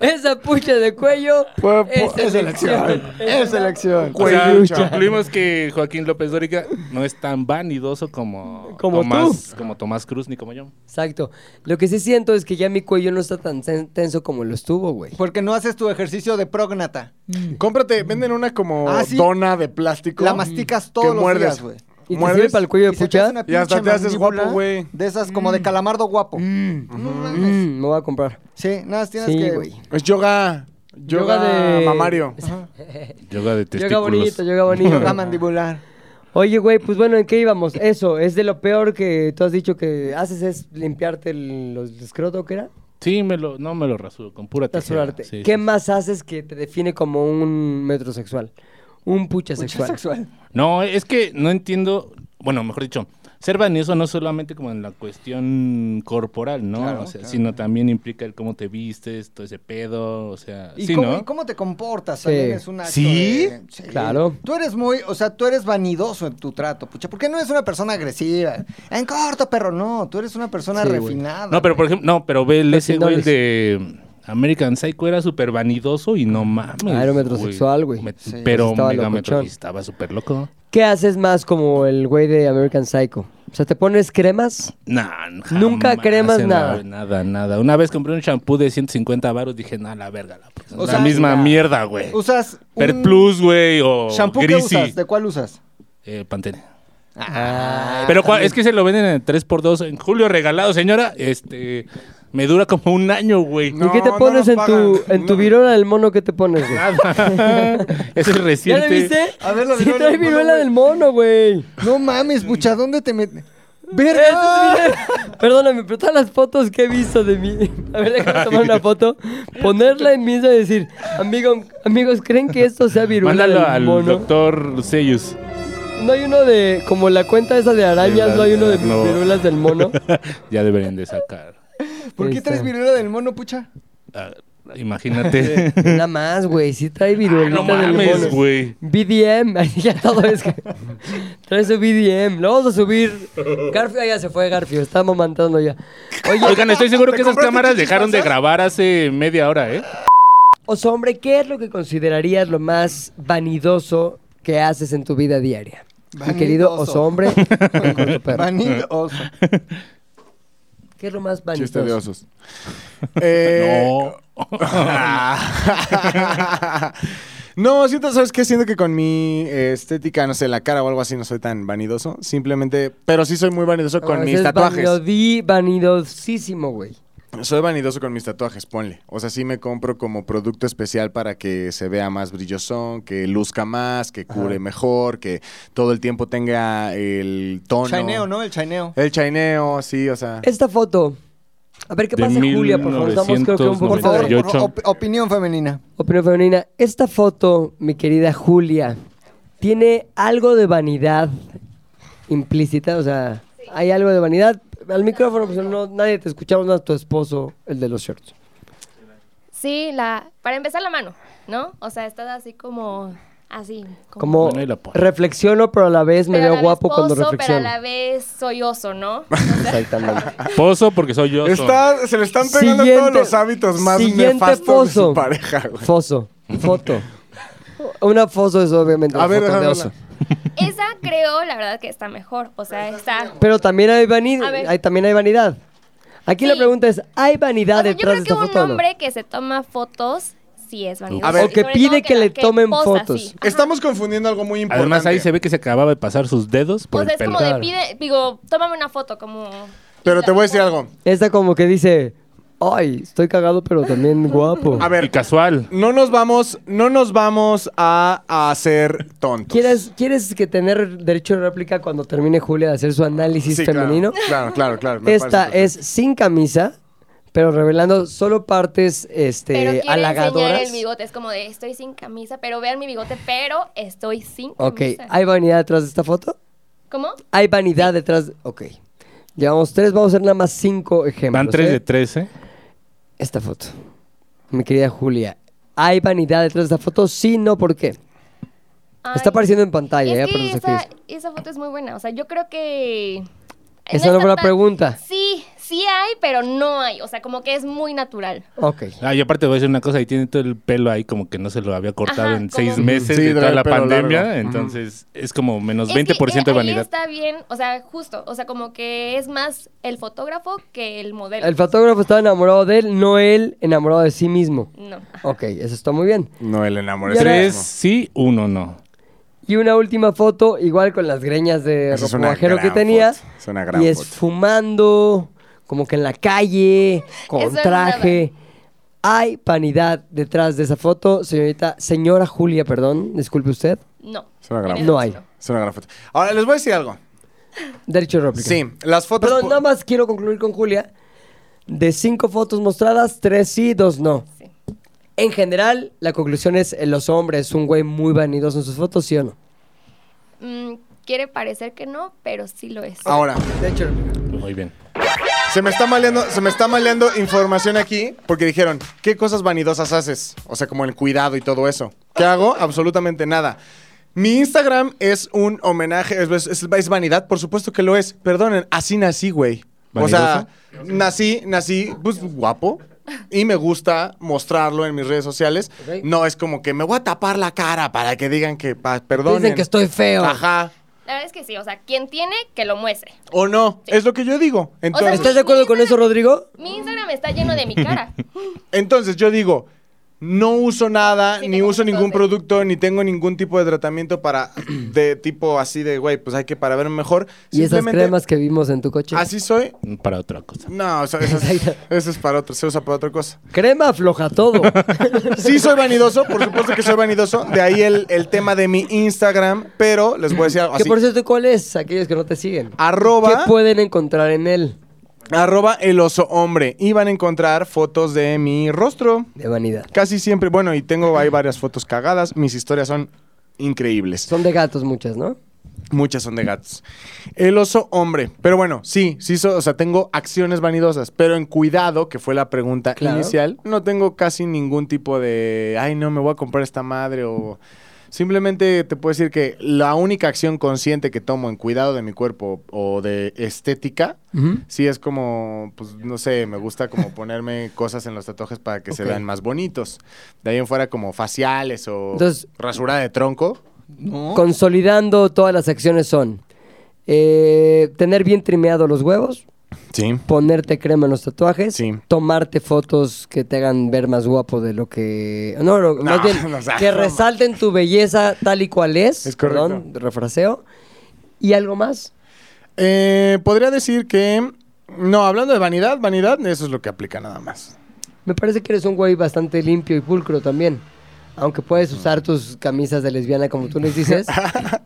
Speaker 4: Esa pucha de cuello
Speaker 3: Puedo-
Speaker 4: es,
Speaker 2: Es elección.
Speaker 4: elección.
Speaker 2: Es elección.
Speaker 5: O sea,
Speaker 3: Cuellucha.
Speaker 5: concluimos que Joaquín López Dóriga no es tan vanidoso como,
Speaker 4: Como
Speaker 5: Tomás, como Tomás Cruz ni como yo.
Speaker 4: Exacto. Lo que sí siento es que ya mi cuello no está tan ten- tenso como lo estuvo, güey.
Speaker 2: Porque no haces tu ejercicio de prógnata.
Speaker 3: Cómprate, venden una como
Speaker 2: Ah, sí.
Speaker 3: dona de plástico.
Speaker 2: La masticas todos
Speaker 3: que
Speaker 2: los
Speaker 3: muerdes.
Speaker 2: días, güey.
Speaker 4: ¿Y te sirve
Speaker 3: Muerdes.
Speaker 4: para el cuello de
Speaker 2: Y se te
Speaker 4: pucha?
Speaker 2: hace
Speaker 4: mm,
Speaker 2: una
Speaker 3: Y hasta
Speaker 2: pinche
Speaker 3: te haces guapo,
Speaker 2: mandíbula
Speaker 3: güey.
Speaker 2: De esas como de calamardo guapo.
Speaker 4: Mm, me voy a comprar.
Speaker 2: Sí, nada, más tienes
Speaker 4: Sí,
Speaker 2: que.
Speaker 4: güey.
Speaker 3: Es yoga. Yoga,
Speaker 4: Yoga de-
Speaker 3: mamario.
Speaker 5: Yoga de
Speaker 4: Yoga
Speaker 5: testículos.
Speaker 4: bonito, yoga bonito.
Speaker 2: Yoga mandibular.
Speaker 4: Oye, güey, pues bueno, ¿en qué íbamos? Eso, es de lo peor que tú has dicho que haces es limpiarte el, los el escroto, ¿qué era?
Speaker 5: Sí, me lo, no me lo rasuro, con pura tijera.
Speaker 4: Rasurarte.
Speaker 5: Sí,
Speaker 4: ¿Qué
Speaker 5: sí.
Speaker 4: más haces que te define como un metrosexual? Un pucha sexual.
Speaker 2: Sexual.
Speaker 5: No, es que no entiendo, bueno, mejor dicho, ser vanidoso no solamente como en la cuestión corporal, ¿no?
Speaker 2: Claro,
Speaker 5: o sea,
Speaker 2: claro.
Speaker 5: sino también implica el cómo te vistes, todo ese pedo, o sea,
Speaker 2: ¿Y,
Speaker 5: sí,
Speaker 2: cómo,
Speaker 5: ¿no?
Speaker 2: y cómo te comportas?
Speaker 4: Sí.
Speaker 2: También es un acto
Speaker 3: ¿Sí?
Speaker 2: de- sí.
Speaker 4: Claro.
Speaker 2: Tú eres muy, o sea, tú eres vanidoso en tu trato, pucha. ¿Por qué no eres una persona agresiva? En corto, perro, no. Tú eres una persona
Speaker 4: Sí, güey.
Speaker 2: refinada.
Speaker 5: No, pero por ejemplo, no, pero ve el
Speaker 4: Los
Speaker 5: ese güey
Speaker 4: indoles.
Speaker 5: de American Psycho era súper vanidoso y no mames.
Speaker 4: Ah, era metrosexual, güey.
Speaker 5: Me-
Speaker 2: Sí,
Speaker 5: pero
Speaker 4: estaba
Speaker 5: mega
Speaker 4: locochón.
Speaker 5: metro- estaba súper loco.
Speaker 4: ¿Qué haces más como el güey de American Psycho? O sea, ¿te pones cremas?
Speaker 5: Nah,
Speaker 4: Nunca
Speaker 5: jamás
Speaker 4: cremas
Speaker 5: en la-
Speaker 4: nada.
Speaker 5: Nada, nada. Una vez compré un shampoo de 150 baros, dije, nah, la verga, la, pues,
Speaker 2: O
Speaker 5: la
Speaker 2: sea,
Speaker 5: misma
Speaker 2: mira,
Speaker 5: mierda, güey.
Speaker 2: Usas un
Speaker 5: Per Plus, güey, o
Speaker 2: shampoo que
Speaker 5: Grisi.
Speaker 2: usas. ¿De cuál usas?
Speaker 5: Eh, Pantene.
Speaker 2: Ah,
Speaker 5: Pero cua- es que se lo venden en 3x2 en julio regalado, señora. Este, me dura como un año, güey.
Speaker 3: No,
Speaker 4: ¿Y qué te
Speaker 3: no
Speaker 4: pones
Speaker 3: nos
Speaker 4: en, tu,
Speaker 3: pagan.
Speaker 4: en tu
Speaker 3: No.
Speaker 4: virola del mono? ¿Qué te pones, güey?
Speaker 5: es el
Speaker 4: ¿Ya
Speaker 5: reciente.
Speaker 4: le viste?
Speaker 2: A ver la
Speaker 4: sí,
Speaker 2: viruela
Speaker 4: trae
Speaker 2: del mono,
Speaker 4: viruela
Speaker 2: güey.
Speaker 4: del mono, güey.
Speaker 2: No mames, pucha, ¿dónde te metes? ¡Verga!
Speaker 4: Ese sí- Perdóname, pero todas las fotos que he visto de mí. A ver, déjame tomar una foto, ponerla en misa y decir, amigo, amigos, ¿creen que esto sea viruela
Speaker 5: Mándalo
Speaker 4: del
Speaker 5: al
Speaker 4: mono?
Speaker 5: doctor Sellus.
Speaker 4: No hay uno de, como la cuenta esa de arañas, no hay uno de
Speaker 5: No.
Speaker 4: viruelas del mono.
Speaker 5: ya deberían de sacar.
Speaker 2: ¿Por qué
Speaker 4: Esta.
Speaker 2: traes viruela del mono, pucha?
Speaker 5: Ah, imagínate.
Speaker 4: Nada más, güey, sí trae
Speaker 5: Ah,
Speaker 4: viruelita
Speaker 5: no
Speaker 4: del mono.
Speaker 5: mames, güey.
Speaker 4: BDM, ahí ya todo es que trae su BDM. Lo vamos a subir. Garfio ah, ya se fue, Garfio, está mamantando ya. Oye,
Speaker 5: Oigan, estoy seguro
Speaker 2: ¿Te
Speaker 5: que esas
Speaker 2: compraste
Speaker 5: cámaras
Speaker 2: chichis
Speaker 5: dejaron de
Speaker 2: falsas?
Speaker 5: grabar hace media hora, ¿eh?
Speaker 4: O sea, hombre, ¿qué es lo que considerarías lo más vanidoso que haces en tu vida diaria? Mi querido
Speaker 2: Vanidoso.
Speaker 4: oso hombre, con tu perro.
Speaker 2: Vanidoso.
Speaker 4: ¿qué es lo más
Speaker 3: Chiste de
Speaker 4: vanidoso?
Speaker 3: osos. Eh,
Speaker 5: No.
Speaker 3: no, siento, ¿sabes qué? Siento que con mi eh, estética, no sé, la cara o algo así, no soy tan vanidoso. Simplemente, pero sí soy muy vanidoso con
Speaker 4: Ah,
Speaker 3: mis
Speaker 4: ese es
Speaker 3: tatuajes.
Speaker 4: vanidodi- vanidosísimo, güey.
Speaker 3: Soy vanidoso con mis tatuajes, ponle. O sea, sí me compro como producto especial para que se vea más brillosón, que luzca más, que cure mejor, que todo el tiempo tenga el tono.
Speaker 2: Chaineo, ¿no? El chaineo.
Speaker 5: Eh,
Speaker 3: El chaineo, sí, o sea.
Speaker 4: Esta foto. A ver, ¿qué
Speaker 5: De
Speaker 4: pasa, Julia? Por favor, estamos creo que un poco...
Speaker 2: Por favor, por
Speaker 5: 98.
Speaker 2: op- opinión femenina.
Speaker 4: Opinión femenina. Esta foto, mi querida Julia, tiene algo de vanidad implícita, o sea, hay algo de vanidad. Al micrófono, pues no, nadie te escuchamos, más tu esposo, el de los shorts.
Speaker 6: Sí, la, para empezar la mano, ¿no? O sea, estás así como, así.
Speaker 4: Como
Speaker 5: Bueno, y la pon-
Speaker 4: reflexiono, pero a la vez me
Speaker 6: Pero a la
Speaker 4: veo
Speaker 6: vez
Speaker 4: guapo cuando
Speaker 6: pozo, Pero a
Speaker 4: reflexiono.
Speaker 6: la vez soy oso, ¿no?
Speaker 4: Exactamente.
Speaker 5: Pozo porque soy yo.
Speaker 3: Está- se le están pegando todos
Speaker 4: Siguiente-
Speaker 3: los hábitos más
Speaker 4: siguiente
Speaker 3: nefastos de
Speaker 4: pozo.
Speaker 3: su pareja, güey.
Speaker 4: Foso, foto. Una foso es obviamente una
Speaker 3: A ver,
Speaker 4: foto de
Speaker 3: déjame
Speaker 4: oso.
Speaker 6: Esa creo, la verdad, que está mejor. O sea, está...
Speaker 4: Pero también hay vanidad.
Speaker 6: A ver.
Speaker 4: Hay, también hay vanidad. Aquí la
Speaker 6: Sí.
Speaker 4: pregunta es, ¿hay
Speaker 6: O
Speaker 4: vanidad
Speaker 6: sea, yo
Speaker 4: detrás
Speaker 6: creo
Speaker 4: de esta
Speaker 6: que un
Speaker 4: foto o no?
Speaker 6: hombre que se toma fotos sí es vanidoso.
Speaker 3: A ver.
Speaker 6: Y
Speaker 3: O
Speaker 4: que
Speaker 6: sobre
Speaker 4: pide
Speaker 6: todo
Speaker 4: que le
Speaker 6: la-
Speaker 4: tomen
Speaker 6: posa
Speaker 4: fotos.
Speaker 6: así.
Speaker 3: Estamos confundiendo algo muy importante.
Speaker 5: Además, ahí se ve que se acababa de pasar sus dedos por
Speaker 6: O
Speaker 5: el
Speaker 6: sea, es
Speaker 5: pelo.
Speaker 6: como de pide, digo, tómame una foto, como...
Speaker 3: Pero te voy a decir algo.
Speaker 4: Esta como que dice, ay, estoy cagado, pero también guapo.
Speaker 3: A
Speaker 5: Y
Speaker 3: ver,
Speaker 5: casual.
Speaker 3: no nos vamos, no nos vamos a, a hacer tontos.
Speaker 4: ¿Quieres, ¿Quieres que tener derecho de réplica cuando termine Julia de hacer su análisis
Speaker 3: Sí, claro,
Speaker 4: femenino?
Speaker 3: Claro, claro, claro. me
Speaker 4: Esta
Speaker 3: parece
Speaker 4: es sin camisa, pero revelando solo partes
Speaker 6: Pero
Speaker 4: este,
Speaker 6: quiere enseñar
Speaker 4: halagadoras.
Speaker 6: el bigote, es como de estoy sin camisa, pero vean mi bigote, pero estoy sin
Speaker 4: Ok,
Speaker 6: camisa.
Speaker 4: ¿hay vanidad detrás de esta foto?
Speaker 6: ¿Cómo?
Speaker 4: Hay vanidad detrás. Ok. Llevamos tres, vamos a hacer nada más cinco ejemplos.
Speaker 5: Van 3
Speaker 4: ¿eh?
Speaker 5: de 3, ¿eh?
Speaker 4: Esta foto. Mi querida Julia. ¿Hay vanidad detrás de esta foto? Sí, no, ¿por qué?
Speaker 6: Ay,
Speaker 4: Está apareciendo en pantalla, ¿eh?
Speaker 6: Es
Speaker 4: Para
Speaker 6: que
Speaker 4: los
Speaker 6: esa,
Speaker 4: activistas.
Speaker 6: esa foto es muy buena. O sea, yo creo que.
Speaker 4: Esa no
Speaker 6: está
Speaker 4: fue la
Speaker 6: tan-
Speaker 4: pregunta.
Speaker 6: Sí, sí hay, pero no hay. O sea, como que es muy natural.
Speaker 4: Ok.
Speaker 5: Ah, y aparte voy a decir una cosa, ahí tiene todo el pelo ahí como que no se lo había cortado
Speaker 6: Ajá,
Speaker 5: en
Speaker 6: como-
Speaker 5: seis meses
Speaker 3: Sí,
Speaker 5: de toda
Speaker 3: trae
Speaker 5: la
Speaker 3: el pelo
Speaker 5: pandemia,
Speaker 3: largo.
Speaker 5: entonces es como menos
Speaker 6: Es que,
Speaker 5: 20% de
Speaker 6: eh, ahí
Speaker 5: vanidad.
Speaker 6: está bien, o sea, justo. O sea, como que es más el fotógrafo que el modelo.
Speaker 4: El fotógrafo estaba enamorado de él, no él enamorado de sí mismo.
Speaker 6: No. ah,
Speaker 4: Ok, eso está muy bien.
Speaker 3: perfecto. No, el enamoré.
Speaker 4: Y ahora-
Speaker 5: Tres sí, uno no.
Speaker 4: Y una última foto, igual con las greñas de
Speaker 3: Esa es una
Speaker 4: ropajero que
Speaker 3: gran
Speaker 4: tenía.
Speaker 3: foto, es una gran
Speaker 4: y es
Speaker 3: foto.
Speaker 4: fumando, como que en la calle, con
Speaker 6: Eso es
Speaker 4: traje. Hay vanidad detrás de esa foto, señorita, señora Julia, perdón, disculpe usted.
Speaker 6: No.
Speaker 3: Es una gran
Speaker 6: en
Speaker 3: foto.
Speaker 4: No hay.
Speaker 3: Es una gran foto. Ahora, les voy a decir algo.
Speaker 4: Derecho de réplica.
Speaker 3: Sí, las fotos...
Speaker 4: Perdón,
Speaker 3: po-
Speaker 4: nada más quiero concluir con Julia. De cinco fotos mostradas, tres sí, dos no.
Speaker 6: Sí.
Speaker 4: En general, la conclusión es eh, los hombres, un güey muy vanidoso en sus fotos, ¿sí o no?
Speaker 6: Mm, quiere parecer que no, pero sí lo es.
Speaker 3: Ahora,
Speaker 4: Derecho de réplica.
Speaker 5: Muy bien.
Speaker 3: se me está maleando, se me está maleando información aquí porque dijeron, ¿qué cosas vanidosas haces? O sea, como el cuidado y todo eso. ¿Qué hago? Absolutamente nada. Mi Instagram es un homenaje, es, es- es vanidad, por supuesto que lo es. Perdonen, así nací, güey. O sea, nací, nací, pues guapo. Y me gusta mostrarlo en mis redes sociales.
Speaker 4: Ok.
Speaker 3: No es como que me voy a tapar la cara para que digan que, pa- perdonen.
Speaker 4: Dicen que estoy feo.
Speaker 3: Ajá.
Speaker 6: La verdad es que sí, o sea, quien tiene, que lo muestre.
Speaker 3: O no, es lo que yo digo. Entonces,
Speaker 4: ¿Estás de acuerdo con eso, Rodrigo?
Speaker 6: Mi Instagram está lleno de mi cara.
Speaker 3: Entonces yo digo, no uso nada,
Speaker 6: Sí,
Speaker 3: ni
Speaker 6: tengo
Speaker 3: uso
Speaker 6: un montón
Speaker 3: ningún
Speaker 6: de-
Speaker 3: producto, ni tengo ningún tipo de tratamiento para de tipo así de, güey, pues hay que para verme mejor.
Speaker 4: Y esas
Speaker 3: Simplemente,
Speaker 4: cremas que vimos en tu coche.
Speaker 3: Así soy.
Speaker 5: Para otra cosa.
Speaker 3: No, o sea, eso, es, eso es para otro, se usa para otra cosa.
Speaker 4: Crema afloja todo.
Speaker 3: Sí soy vanidoso, por supuesto que soy vanidoso, de ahí el, el tema de mi Instagram, pero les voy a decir algo
Speaker 4: que
Speaker 3: así. Ah,
Speaker 4: por cierto, ¿cuál es? Aquellos que no te siguen.
Speaker 3: Arroba,
Speaker 4: ¿Qué pueden encontrar en él?
Speaker 3: arroba el oso hombre y van a encontrar fotos de mi rostro.
Speaker 4: De vanidad.
Speaker 3: Casi siempre, bueno, y tengo ahí varias fotos cagadas, mis historias son increíbles.
Speaker 4: Son de gatos muchas, ¿no?
Speaker 3: Muchas son de gatos. El oso hombre. Pero bueno, sí, sí, so- o sea, tengo acciones vanidosas, pero en cuidado, que fue la pregunta
Speaker 4: Claro.
Speaker 3: inicial, no tengo casi ningún tipo de, ay, no, me voy a comprar esta madre o... Simplemente te puedo decir que la única acción consciente que tomo en cuidado de mi cuerpo o de estética, sí es como, pues no sé, me gusta como ponerme cosas en los tatuajes para que se
Speaker 4: Ok.
Speaker 3: vean más bonitos. De ahí en fuera como faciales o
Speaker 4: Entonces-
Speaker 3: rasura de tronco.
Speaker 4: Consolidando todas las acciones son eh, tener bien trimeados los huevos,
Speaker 3: Sí.
Speaker 4: ponerte crema en los tatuajes,
Speaker 3: Sí.
Speaker 4: tomarte fotos que te hagan ver más guapo de lo que... No, no, más bien,
Speaker 3: o sea,
Speaker 4: que
Speaker 3: no,
Speaker 4: resalten tu belleza tal y cual es.
Speaker 3: Es correcto.
Speaker 4: Perdón, refraseo. ¿Y algo más?
Speaker 3: Eh, podría decir que. No, hablando de vanidad, vanidad, eso es lo que aplica nada más.
Speaker 4: Me parece que eres un güey bastante limpio y pulcro también. Aunque puedes usar tus camisas de lesbiana como tú les dices.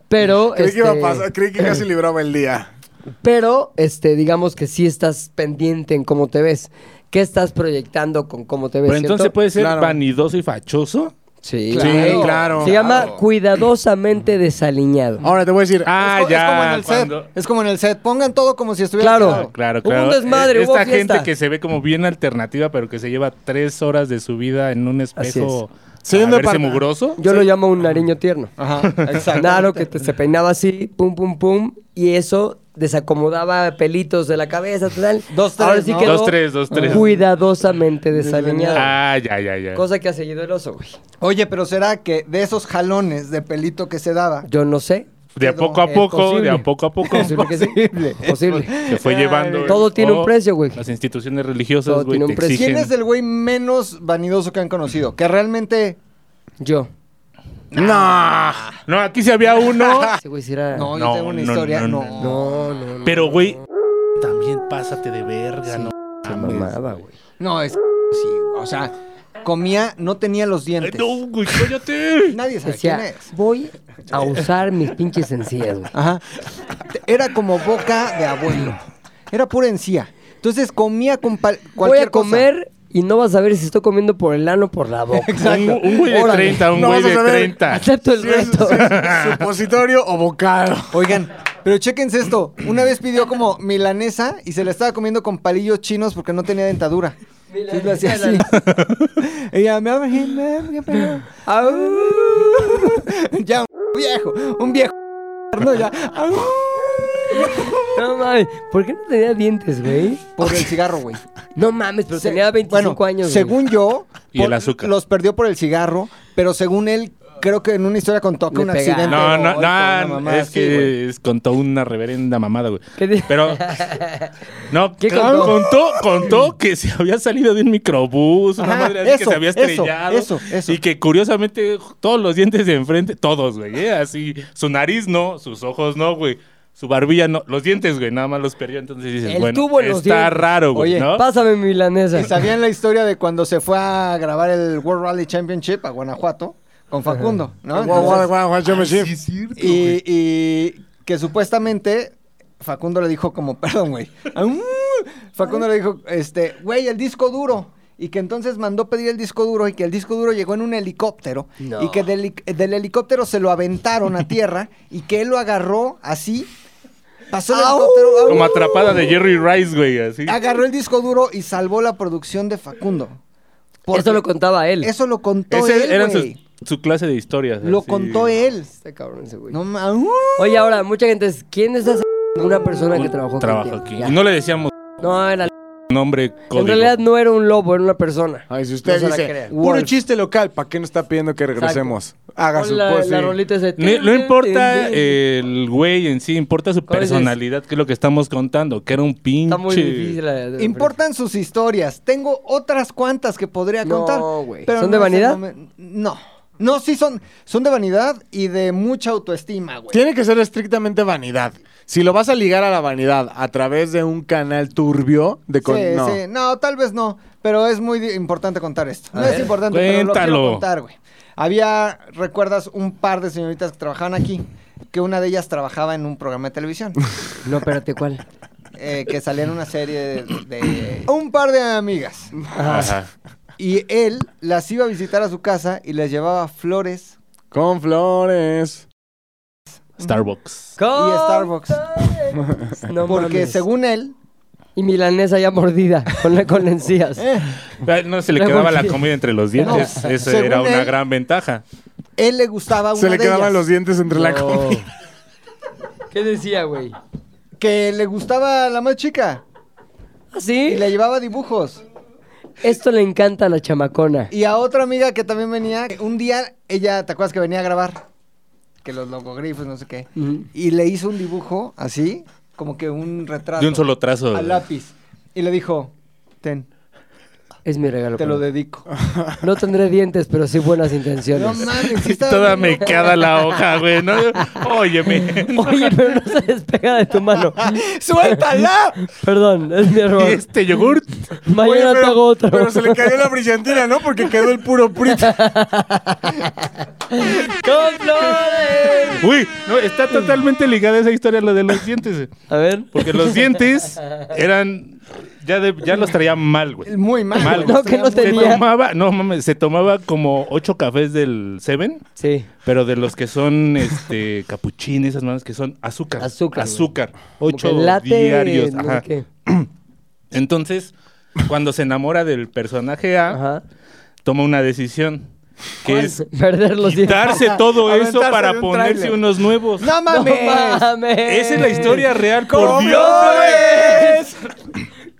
Speaker 4: pero...
Speaker 3: Creí que iba a
Speaker 4: este,
Speaker 3: pasar, creí que casi libraba el día.
Speaker 4: Pero, este, digamos que sí estás pendiente en cómo te ves. ¿Qué estás proyectando con cómo te ves?
Speaker 5: Pero entonces
Speaker 4: cierto?
Speaker 5: puede ser
Speaker 3: Claro.
Speaker 5: vanidoso y fachoso.
Speaker 4: Sí,
Speaker 3: Sí, claro. claro.
Speaker 4: Se llama
Speaker 3: Claro.
Speaker 4: cuidadosamente desaliñado.
Speaker 3: Ahora te voy a decir.
Speaker 5: Ah,
Speaker 2: es, co- es
Speaker 5: ya.
Speaker 2: como en el
Speaker 5: cuando- Ah,
Speaker 2: set. Es como en el set. Pongan todo como si estuviera.
Speaker 4: Claro.
Speaker 2: grabado.
Speaker 5: Claro,
Speaker 4: Hubo
Speaker 5: claro.
Speaker 4: un desmadre,
Speaker 5: Eh,
Speaker 4: hubo
Speaker 5: Esta
Speaker 4: fiesta.
Speaker 5: gente que se ve como bien alternativa, pero que se lleva tres horas de su vida en un espejo.
Speaker 3: Sí,
Speaker 5: a
Speaker 3: un
Speaker 5: verse
Speaker 3: depart-
Speaker 5: mugroso.
Speaker 4: Yo lo llamo un nariño tierno.
Speaker 2: Ajá, exacto.
Speaker 4: Claro, que te- se peinaba así, pum, pum, pum, y eso desacomodaba pelitos de la cabeza, tal.
Speaker 2: Dos, tres,
Speaker 4: Ahora sí
Speaker 2: ¿no?
Speaker 4: quedó
Speaker 5: Dos, tres, dos, tres.
Speaker 4: cuidadosamente desaliñado.
Speaker 5: Ah, ya, ya, ya.
Speaker 4: Cosa que ha seguido el oso, güey.
Speaker 2: Oye, pero será que de esos jalones de pelito que se daba.
Speaker 4: Yo no sé.
Speaker 5: de a
Speaker 2: quedó-
Speaker 5: poco a
Speaker 4: es
Speaker 5: poco, de
Speaker 4: posible.
Speaker 5: a poco a poco.
Speaker 4: Posible que sí. Posible.
Speaker 5: Se fue llevando.
Speaker 4: Todo
Speaker 5: el-
Speaker 4: tiene un
Speaker 5: o
Speaker 4: precio, güey.
Speaker 5: Las instituciones religiosas,
Speaker 4: Todo
Speaker 5: güey,
Speaker 4: tiene
Speaker 5: te
Speaker 4: un precio.
Speaker 5: exigen.
Speaker 2: ¿Quién es el güey menos vanidoso que han conocido? Que realmente.
Speaker 4: Yo.
Speaker 5: No, aquí sí había uno.
Speaker 4: Ese güey sí era-
Speaker 2: Ah. No, yo
Speaker 5: No,
Speaker 2: tengo una
Speaker 5: no,
Speaker 2: historia.
Speaker 5: no,
Speaker 2: No,
Speaker 4: no,
Speaker 5: no,
Speaker 4: no. no.
Speaker 5: Pero, güey, también pásate de verga, ¿no?
Speaker 4: Se mamaba, güey.
Speaker 2: No, es. Sí, o sea, comía, no tenía los
Speaker 5: Ay,
Speaker 2: dientes.
Speaker 5: No, güey, cállate.
Speaker 2: Nadie sabe quién
Speaker 4: Decía,
Speaker 2: es.
Speaker 4: voy a usar mis pinches encías, güey.
Speaker 2: Ajá. Te- Era como boca de abuelo. Era pura encía. Entonces comía con pal-
Speaker 4: Voy
Speaker 2: cualquier
Speaker 4: a comer y no vas a ver si estoy comiendo por el ano o por la boca.
Speaker 5: Un, un güey de
Speaker 4: Órale.
Speaker 5: 30, un
Speaker 3: No
Speaker 5: güey
Speaker 3: vas a
Speaker 5: de
Speaker 3: saber.
Speaker 5: 30.
Speaker 4: Acepto el
Speaker 3: Si es-
Speaker 4: reto.
Speaker 3: si es supositorio o bocado.
Speaker 2: cosa. Oigan, pero chéquense esto. Una vez pidió como milanesa y se la estaba comiendo con palillos chinos porque no tenía dentadura. Entonces le hacía así. Ella me abre, me abre, pero- Au. Ya, un viejo, un viejo. No, ya. Au.
Speaker 4: No mames, ¿por qué no tenía dientes, güey?
Speaker 2: Por el cigarro, güey.
Speaker 4: No mames, pero
Speaker 2: Se-
Speaker 4: tenía 25
Speaker 2: bueno,
Speaker 4: años. güey.
Speaker 2: Según yo,
Speaker 5: Y el azúcar.
Speaker 2: los perdió por el cigarro, pero según él, creo que en una historia contó que
Speaker 4: Le
Speaker 2: un
Speaker 4: pega-
Speaker 2: accidente.
Speaker 5: No, no,
Speaker 2: o- una
Speaker 5: no,
Speaker 2: mamá
Speaker 5: es
Speaker 2: así, güey.
Speaker 5: que es- contó una reverenda mamada, güey.
Speaker 4: ¿Qué di-
Speaker 5: Pero, no,
Speaker 4: ¿Qué
Speaker 5: claro,
Speaker 4: contó?
Speaker 5: contó? contó que se había salido de un microbús, una
Speaker 2: Ajá,
Speaker 5: madre así que
Speaker 2: eso,
Speaker 5: se había
Speaker 2: eso,
Speaker 5: estrellado.
Speaker 2: eso, eso.
Speaker 5: Y que curiosamente todos los dientes de enfrente, todos, güey, ¿eh? así, su nariz no, sus ojos no, güey. su barbilla no, los dientes, güey, nada más los perdió. Entonces dices,
Speaker 4: El
Speaker 5: bueno,
Speaker 4: tubo en los
Speaker 5: está
Speaker 4: dientes.
Speaker 5: raro, güey,
Speaker 2: Oye,
Speaker 5: ¿no?
Speaker 4: Pásame mi milanesa.
Speaker 2: ¿Y sabían la historia de cuando se fue a grabar el World Rally Championship a Guanajuato con Facundo, ¿no?
Speaker 3: Guau, guau,
Speaker 2: Entonces,
Speaker 3: guau, guau, yo me
Speaker 7: Sí,
Speaker 3: chif.
Speaker 7: es cierto,
Speaker 2: y,
Speaker 7: güey.
Speaker 2: y que supuestamente Facundo le dijo como, perdón, güey. Aún. Facundo le dijo, este, güey, el disco duro. Y que entonces mandó pedir el disco duro y que el disco duro llegó en un helicóptero
Speaker 4: No.
Speaker 2: y que del, helic- del helicóptero se lo aventaron a tierra y que él lo agarró así, pasó el helicóptero, ¡au!
Speaker 5: Como atrapada de Jerry Rice, güey, así.
Speaker 2: agarró el disco duro y salvó la producción de Facundo. Porque
Speaker 4: Eso lo contaba él.
Speaker 2: Eso lo contó
Speaker 5: Ese
Speaker 2: él,
Speaker 5: era su,
Speaker 2: güey.
Speaker 5: su clase de historias.
Speaker 2: Lo
Speaker 5: así.
Speaker 2: contó él.
Speaker 4: Está Este cabrón ese güey.
Speaker 2: No ma- ¡uh!
Speaker 4: Oye, ahora, mucha gente es, ¿quién es esa una persona que trabajó
Speaker 5: Trabajó
Speaker 4: contigo?
Speaker 5: aquí.
Speaker 4: Ya.
Speaker 5: Y no le decíamos
Speaker 4: No, era-
Speaker 5: nombre código.
Speaker 4: en realidad no era un lobo, era una persona.
Speaker 3: Ay, si
Speaker 4: No
Speaker 3: usted
Speaker 4: se la
Speaker 3: dice,
Speaker 4: crea.
Speaker 3: puro
Speaker 4: Wolf.
Speaker 3: chiste local, ¿para qué nos está pidiendo que regresemos? Haga su
Speaker 4: Con la,
Speaker 3: pues,
Speaker 4: la
Speaker 3: sí.
Speaker 4: rolita ese.
Speaker 5: Ni- no importa eh, el güey en sí, importa su
Speaker 4: ¿Cuál es?
Speaker 5: personalidad, que es lo que estamos contando, que era un pinche.
Speaker 4: Está muy difícil. la- la-
Speaker 2: Importan sus historias. Tengo otras cuantas que podría
Speaker 4: No,
Speaker 2: contar.
Speaker 4: güey.
Speaker 2: pero
Speaker 4: ¿Son de
Speaker 2: no es el
Speaker 4: vanidad?
Speaker 2: momen- No. No, sí son, son de vanidad y de mucha autoestima, güey.
Speaker 3: Tiene que ser estrictamente vanidad. Si lo vas a ligar a la vanidad a través de un canal turbio de con...
Speaker 2: Sí,
Speaker 3: no.
Speaker 2: sí. No, tal vez no. Pero es muy di- importante contar esto.
Speaker 4: A
Speaker 2: no es
Speaker 4: ver.
Speaker 2: importante, pero lo quiero
Speaker 5: Cuéntalo.
Speaker 2: contar, güey. Había, recuerdas, un par de señoritas que trabajaban aquí, que una de ellas trabajaba en un programa de televisión.
Speaker 4: No, espérate, ¿cuál?
Speaker 2: eh, que salía en una serie de, de- un par de amigas.
Speaker 5: Ajá.
Speaker 2: Y él las iba a visitar a su casa y les llevaba flores
Speaker 3: Con flores.
Speaker 5: Starbucks.
Speaker 2: y Starbucks.
Speaker 4: No
Speaker 2: Porque
Speaker 4: mames.
Speaker 2: según él,
Speaker 4: Y milanesa ya mordida, con, la, con
Speaker 2: Eh,
Speaker 4: encías.
Speaker 5: Ah, No se le
Speaker 4: Luego
Speaker 5: quedaba la
Speaker 4: sí.
Speaker 5: comida entre los dientes.
Speaker 2: No,
Speaker 5: Esa
Speaker 2: según
Speaker 5: era una
Speaker 2: él-
Speaker 5: gran ventaja.
Speaker 2: él le gustaba una
Speaker 3: Se le
Speaker 2: de
Speaker 3: quedaban
Speaker 2: ellas.
Speaker 3: los dientes entre la
Speaker 4: No.
Speaker 3: comida.
Speaker 4: ¿Qué decía, güey?
Speaker 2: Que le gustaba la más chica y
Speaker 4: ¿Así?
Speaker 2: le llevaba dibujos.
Speaker 4: Esto le encanta a la chamacona.
Speaker 2: Y a otra amiga que también venía, que un día ella, ¿te acuerdas que venía a grabar? Que los logogrifos, no sé qué.
Speaker 4: Ujú.
Speaker 2: Y le hizo un dibujo así, como que un retrato.
Speaker 5: De un solo trazo.
Speaker 2: A lápiz. Y le dijo, ten,
Speaker 4: Es mi regalo.
Speaker 2: te lo
Speaker 4: para
Speaker 2: dedico.
Speaker 4: ti. No tendré dientes, pero sí buenas
Speaker 2: No
Speaker 4: intenciones.
Speaker 2: mames, sí estaba
Speaker 5: Toda
Speaker 2: bien loco.
Speaker 5: mecada la hoja, güey. ¿no? Óyeme.
Speaker 4: Oye, pero no se despega de tu mano.
Speaker 3: ¡Suéltala!
Speaker 4: Perdón, es mi error.
Speaker 5: ¿Y este yogurt?
Speaker 4: Mañana
Speaker 3: Oye,
Speaker 4: te hago otro.
Speaker 3: pero se le cayó la brillantina, ¿no? Porque quedó el puro prito.
Speaker 4: ¡Con flores!
Speaker 5: Uy, no, está totalmente ligada esa historia a lo de los dientes.
Speaker 4: A ver.
Speaker 5: Porque los dientes eran. Ya, de- ya los traía mal, güey.
Speaker 2: Muy mal.
Speaker 5: Mal,
Speaker 4: No, que no
Speaker 5: Se
Speaker 4: tenía.
Speaker 5: tomaba, no mames, se tomaba como ocho cafés del Seven,
Speaker 4: Sí.
Speaker 5: pero de los que son este capuchines, esas manos que son azúcar.
Speaker 4: Azúcar, güey.
Speaker 5: Azúcar.
Speaker 4: Como
Speaker 5: Ocho
Speaker 4: que late,
Speaker 5: diarios.
Speaker 4: no sé
Speaker 5: Ajá.
Speaker 4: qué.
Speaker 5: Entonces, cuando se enamora del personaje A,
Speaker 4: Ajá.
Speaker 5: toma una decisión. Que es
Speaker 4: Perder los dientes.
Speaker 5: quitarse todo eso
Speaker 3: Aventarse
Speaker 5: para
Speaker 3: de un
Speaker 5: ponerse
Speaker 3: tráiler.
Speaker 5: unos nuevos.
Speaker 2: No
Speaker 4: ¡No
Speaker 2: mames.
Speaker 4: mames!
Speaker 5: Esa es la historia real, por
Speaker 3: ¡Con
Speaker 5: Dios.
Speaker 3: flores!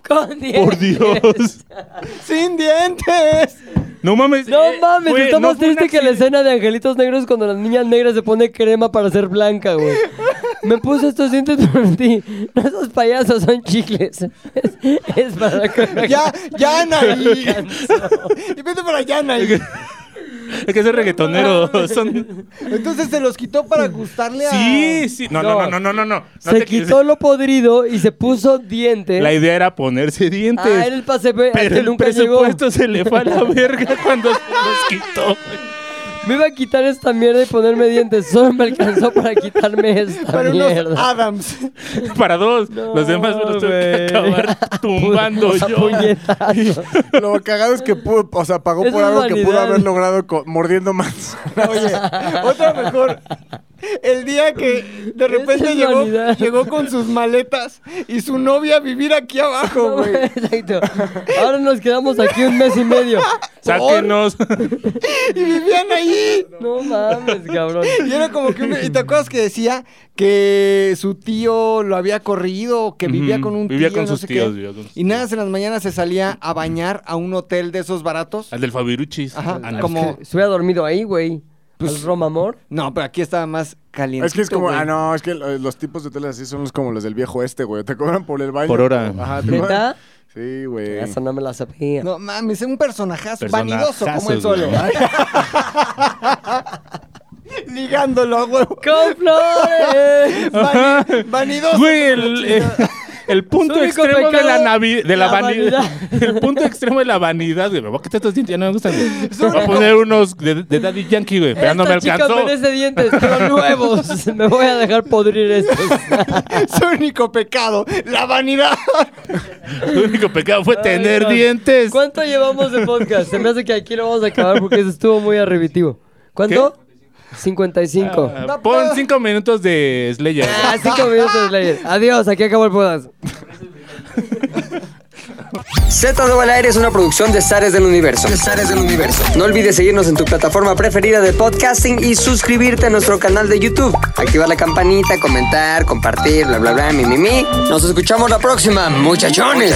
Speaker 4: Con dientes.
Speaker 5: Por Dios.
Speaker 2: Sin dientes.
Speaker 5: No mames.
Speaker 4: No
Speaker 5: eh,
Speaker 4: mames,
Speaker 5: fue-
Speaker 4: está
Speaker 5: no
Speaker 4: más
Speaker 5: fue un
Speaker 4: triste que la
Speaker 5: accidente.
Speaker 4: escena de Angelitos Negros cuando la niña negra se pone crema para ser blanca, güey. Me puse estos dientes por ti. No, esos payasos son chicles. Es, es para que...
Speaker 2: Ya, ya, Anaí. Y vete para allá, Anaí.
Speaker 5: Es que soy reggaetonero. Son...
Speaker 2: Entonces se los quitó para gustarle a.
Speaker 5: Sí, sí. No, no, no, no, no, no. no
Speaker 4: se
Speaker 5: te-
Speaker 4: quitó lo podrido y se puso dientes.
Speaker 5: La idea era ponerse dientes.
Speaker 4: Ah, era el pase B, al
Speaker 5: pero
Speaker 4: que
Speaker 5: el
Speaker 4: nunca llegó.
Speaker 5: presupuesto se le fue a la verga cuando se los quitó.
Speaker 4: Me iba a quitar esta mierda y ponerme dientes. Solo me alcanzó para quitarme esta
Speaker 2: Para unos
Speaker 4: mierda.
Speaker 2: Adams.
Speaker 5: Para dos. los demás me los tuve que
Speaker 4: güey.
Speaker 5: acabar tumbando
Speaker 4: O sea,
Speaker 5: yo.
Speaker 4: puñetazo.
Speaker 3: Lo cagado es que pudo, o sea, pagó
Speaker 4: Eso
Speaker 3: por
Speaker 4: es
Speaker 3: algo que pudo
Speaker 4: vanidad.
Speaker 3: haber logrado co- mordiendo más.
Speaker 2: Oye, otra mejor. El día que de repente
Speaker 4: es
Speaker 2: llegó,
Speaker 4: vanidad.
Speaker 2: llegó con sus maletas y su novia a vivir aquí abajo,
Speaker 4: No,
Speaker 2: güey.
Speaker 4: Exacto. Ahora nos quedamos aquí un mes y medio.
Speaker 5: Sáquenos.
Speaker 2: Y vivían ahí.
Speaker 4: No mames, cabrón.
Speaker 2: Y era como que. un- ¿Y te acuerdas que decía que su tío lo había corrido, que vivía
Speaker 5: Ujú,
Speaker 2: con un tío?
Speaker 5: vivía con
Speaker 2: no
Speaker 5: sus
Speaker 2: sé
Speaker 5: tíos,
Speaker 2: qué?
Speaker 5: vivía con sus
Speaker 2: Y nada, en las mañanas se salía a bañar a un hotel de esos baratos.
Speaker 5: Al del Fabiruchis.
Speaker 2: Ajá,
Speaker 5: Al-
Speaker 2: como.
Speaker 4: Se hubiera dormido ahí, güey. Pues Roma Amor.
Speaker 2: No, pero aquí estaba más caliente.
Speaker 3: Es que es como, ah, no, es que lo- los tipos de hoteles así son los como los del viejo este, güey. Te cobran por el baño.
Speaker 5: Por hora.
Speaker 3: Ajá, te cobran-
Speaker 4: ¿Neta?
Speaker 3: Sí, güey.
Speaker 4: Esa no me la sabía.
Speaker 2: No mames, es un personajazo, vanidoso
Speaker 5: Personajazo,
Speaker 2: como el
Speaker 5: güey.
Speaker 2: solo. Ligándolo, güey.
Speaker 4: ¡Con flores!
Speaker 2: Vani- Vanidoso.
Speaker 5: Güey, el, eh, el punto
Speaker 4: Su único
Speaker 5: extremo de la,
Speaker 4: pecado,
Speaker 5: navi- de la,
Speaker 4: la
Speaker 5: vanidad.
Speaker 4: vanidad.
Speaker 5: El punto extremo de la vanidad, güey. Me voy a quitar estos dientes, ya no me gustan. güey.
Speaker 2: Su
Speaker 5: Voy a
Speaker 2: único-
Speaker 5: poner unos de, de Daddy Yankee, güey, pero ya no me
Speaker 4: Esta chica
Speaker 5: alcanzó.
Speaker 4: merece dientes, pero nuevos. Me voy a dejar podrir estos.
Speaker 5: Este
Speaker 2: Su único pecado, la vanidad.
Speaker 5: El único pecado fue tener
Speaker 4: Ay, no.
Speaker 5: dientes.
Speaker 4: ¿Cuánto llevamos de podcast? Se me hace que aquí lo vamos a acabar porque eso estuvo muy arribitivo. ¿Cuánto? 55.
Speaker 5: Ah, pon cinco minutos de Slayer. güey.
Speaker 4: Ah, cinco minutos, Slayer. Adiós, aquí acabó el podcast.
Speaker 1: Z al aire es una producción de Zares del Universo. del Universo. No olvides seguirnos en tu plataforma preferida de podcasting y suscribirte a nuestro canal de YouTube. Activar la campanita, comentar, compartir, bla, bla, bla, mi, mi, mi. Nos escuchamos la próxima, muchachones.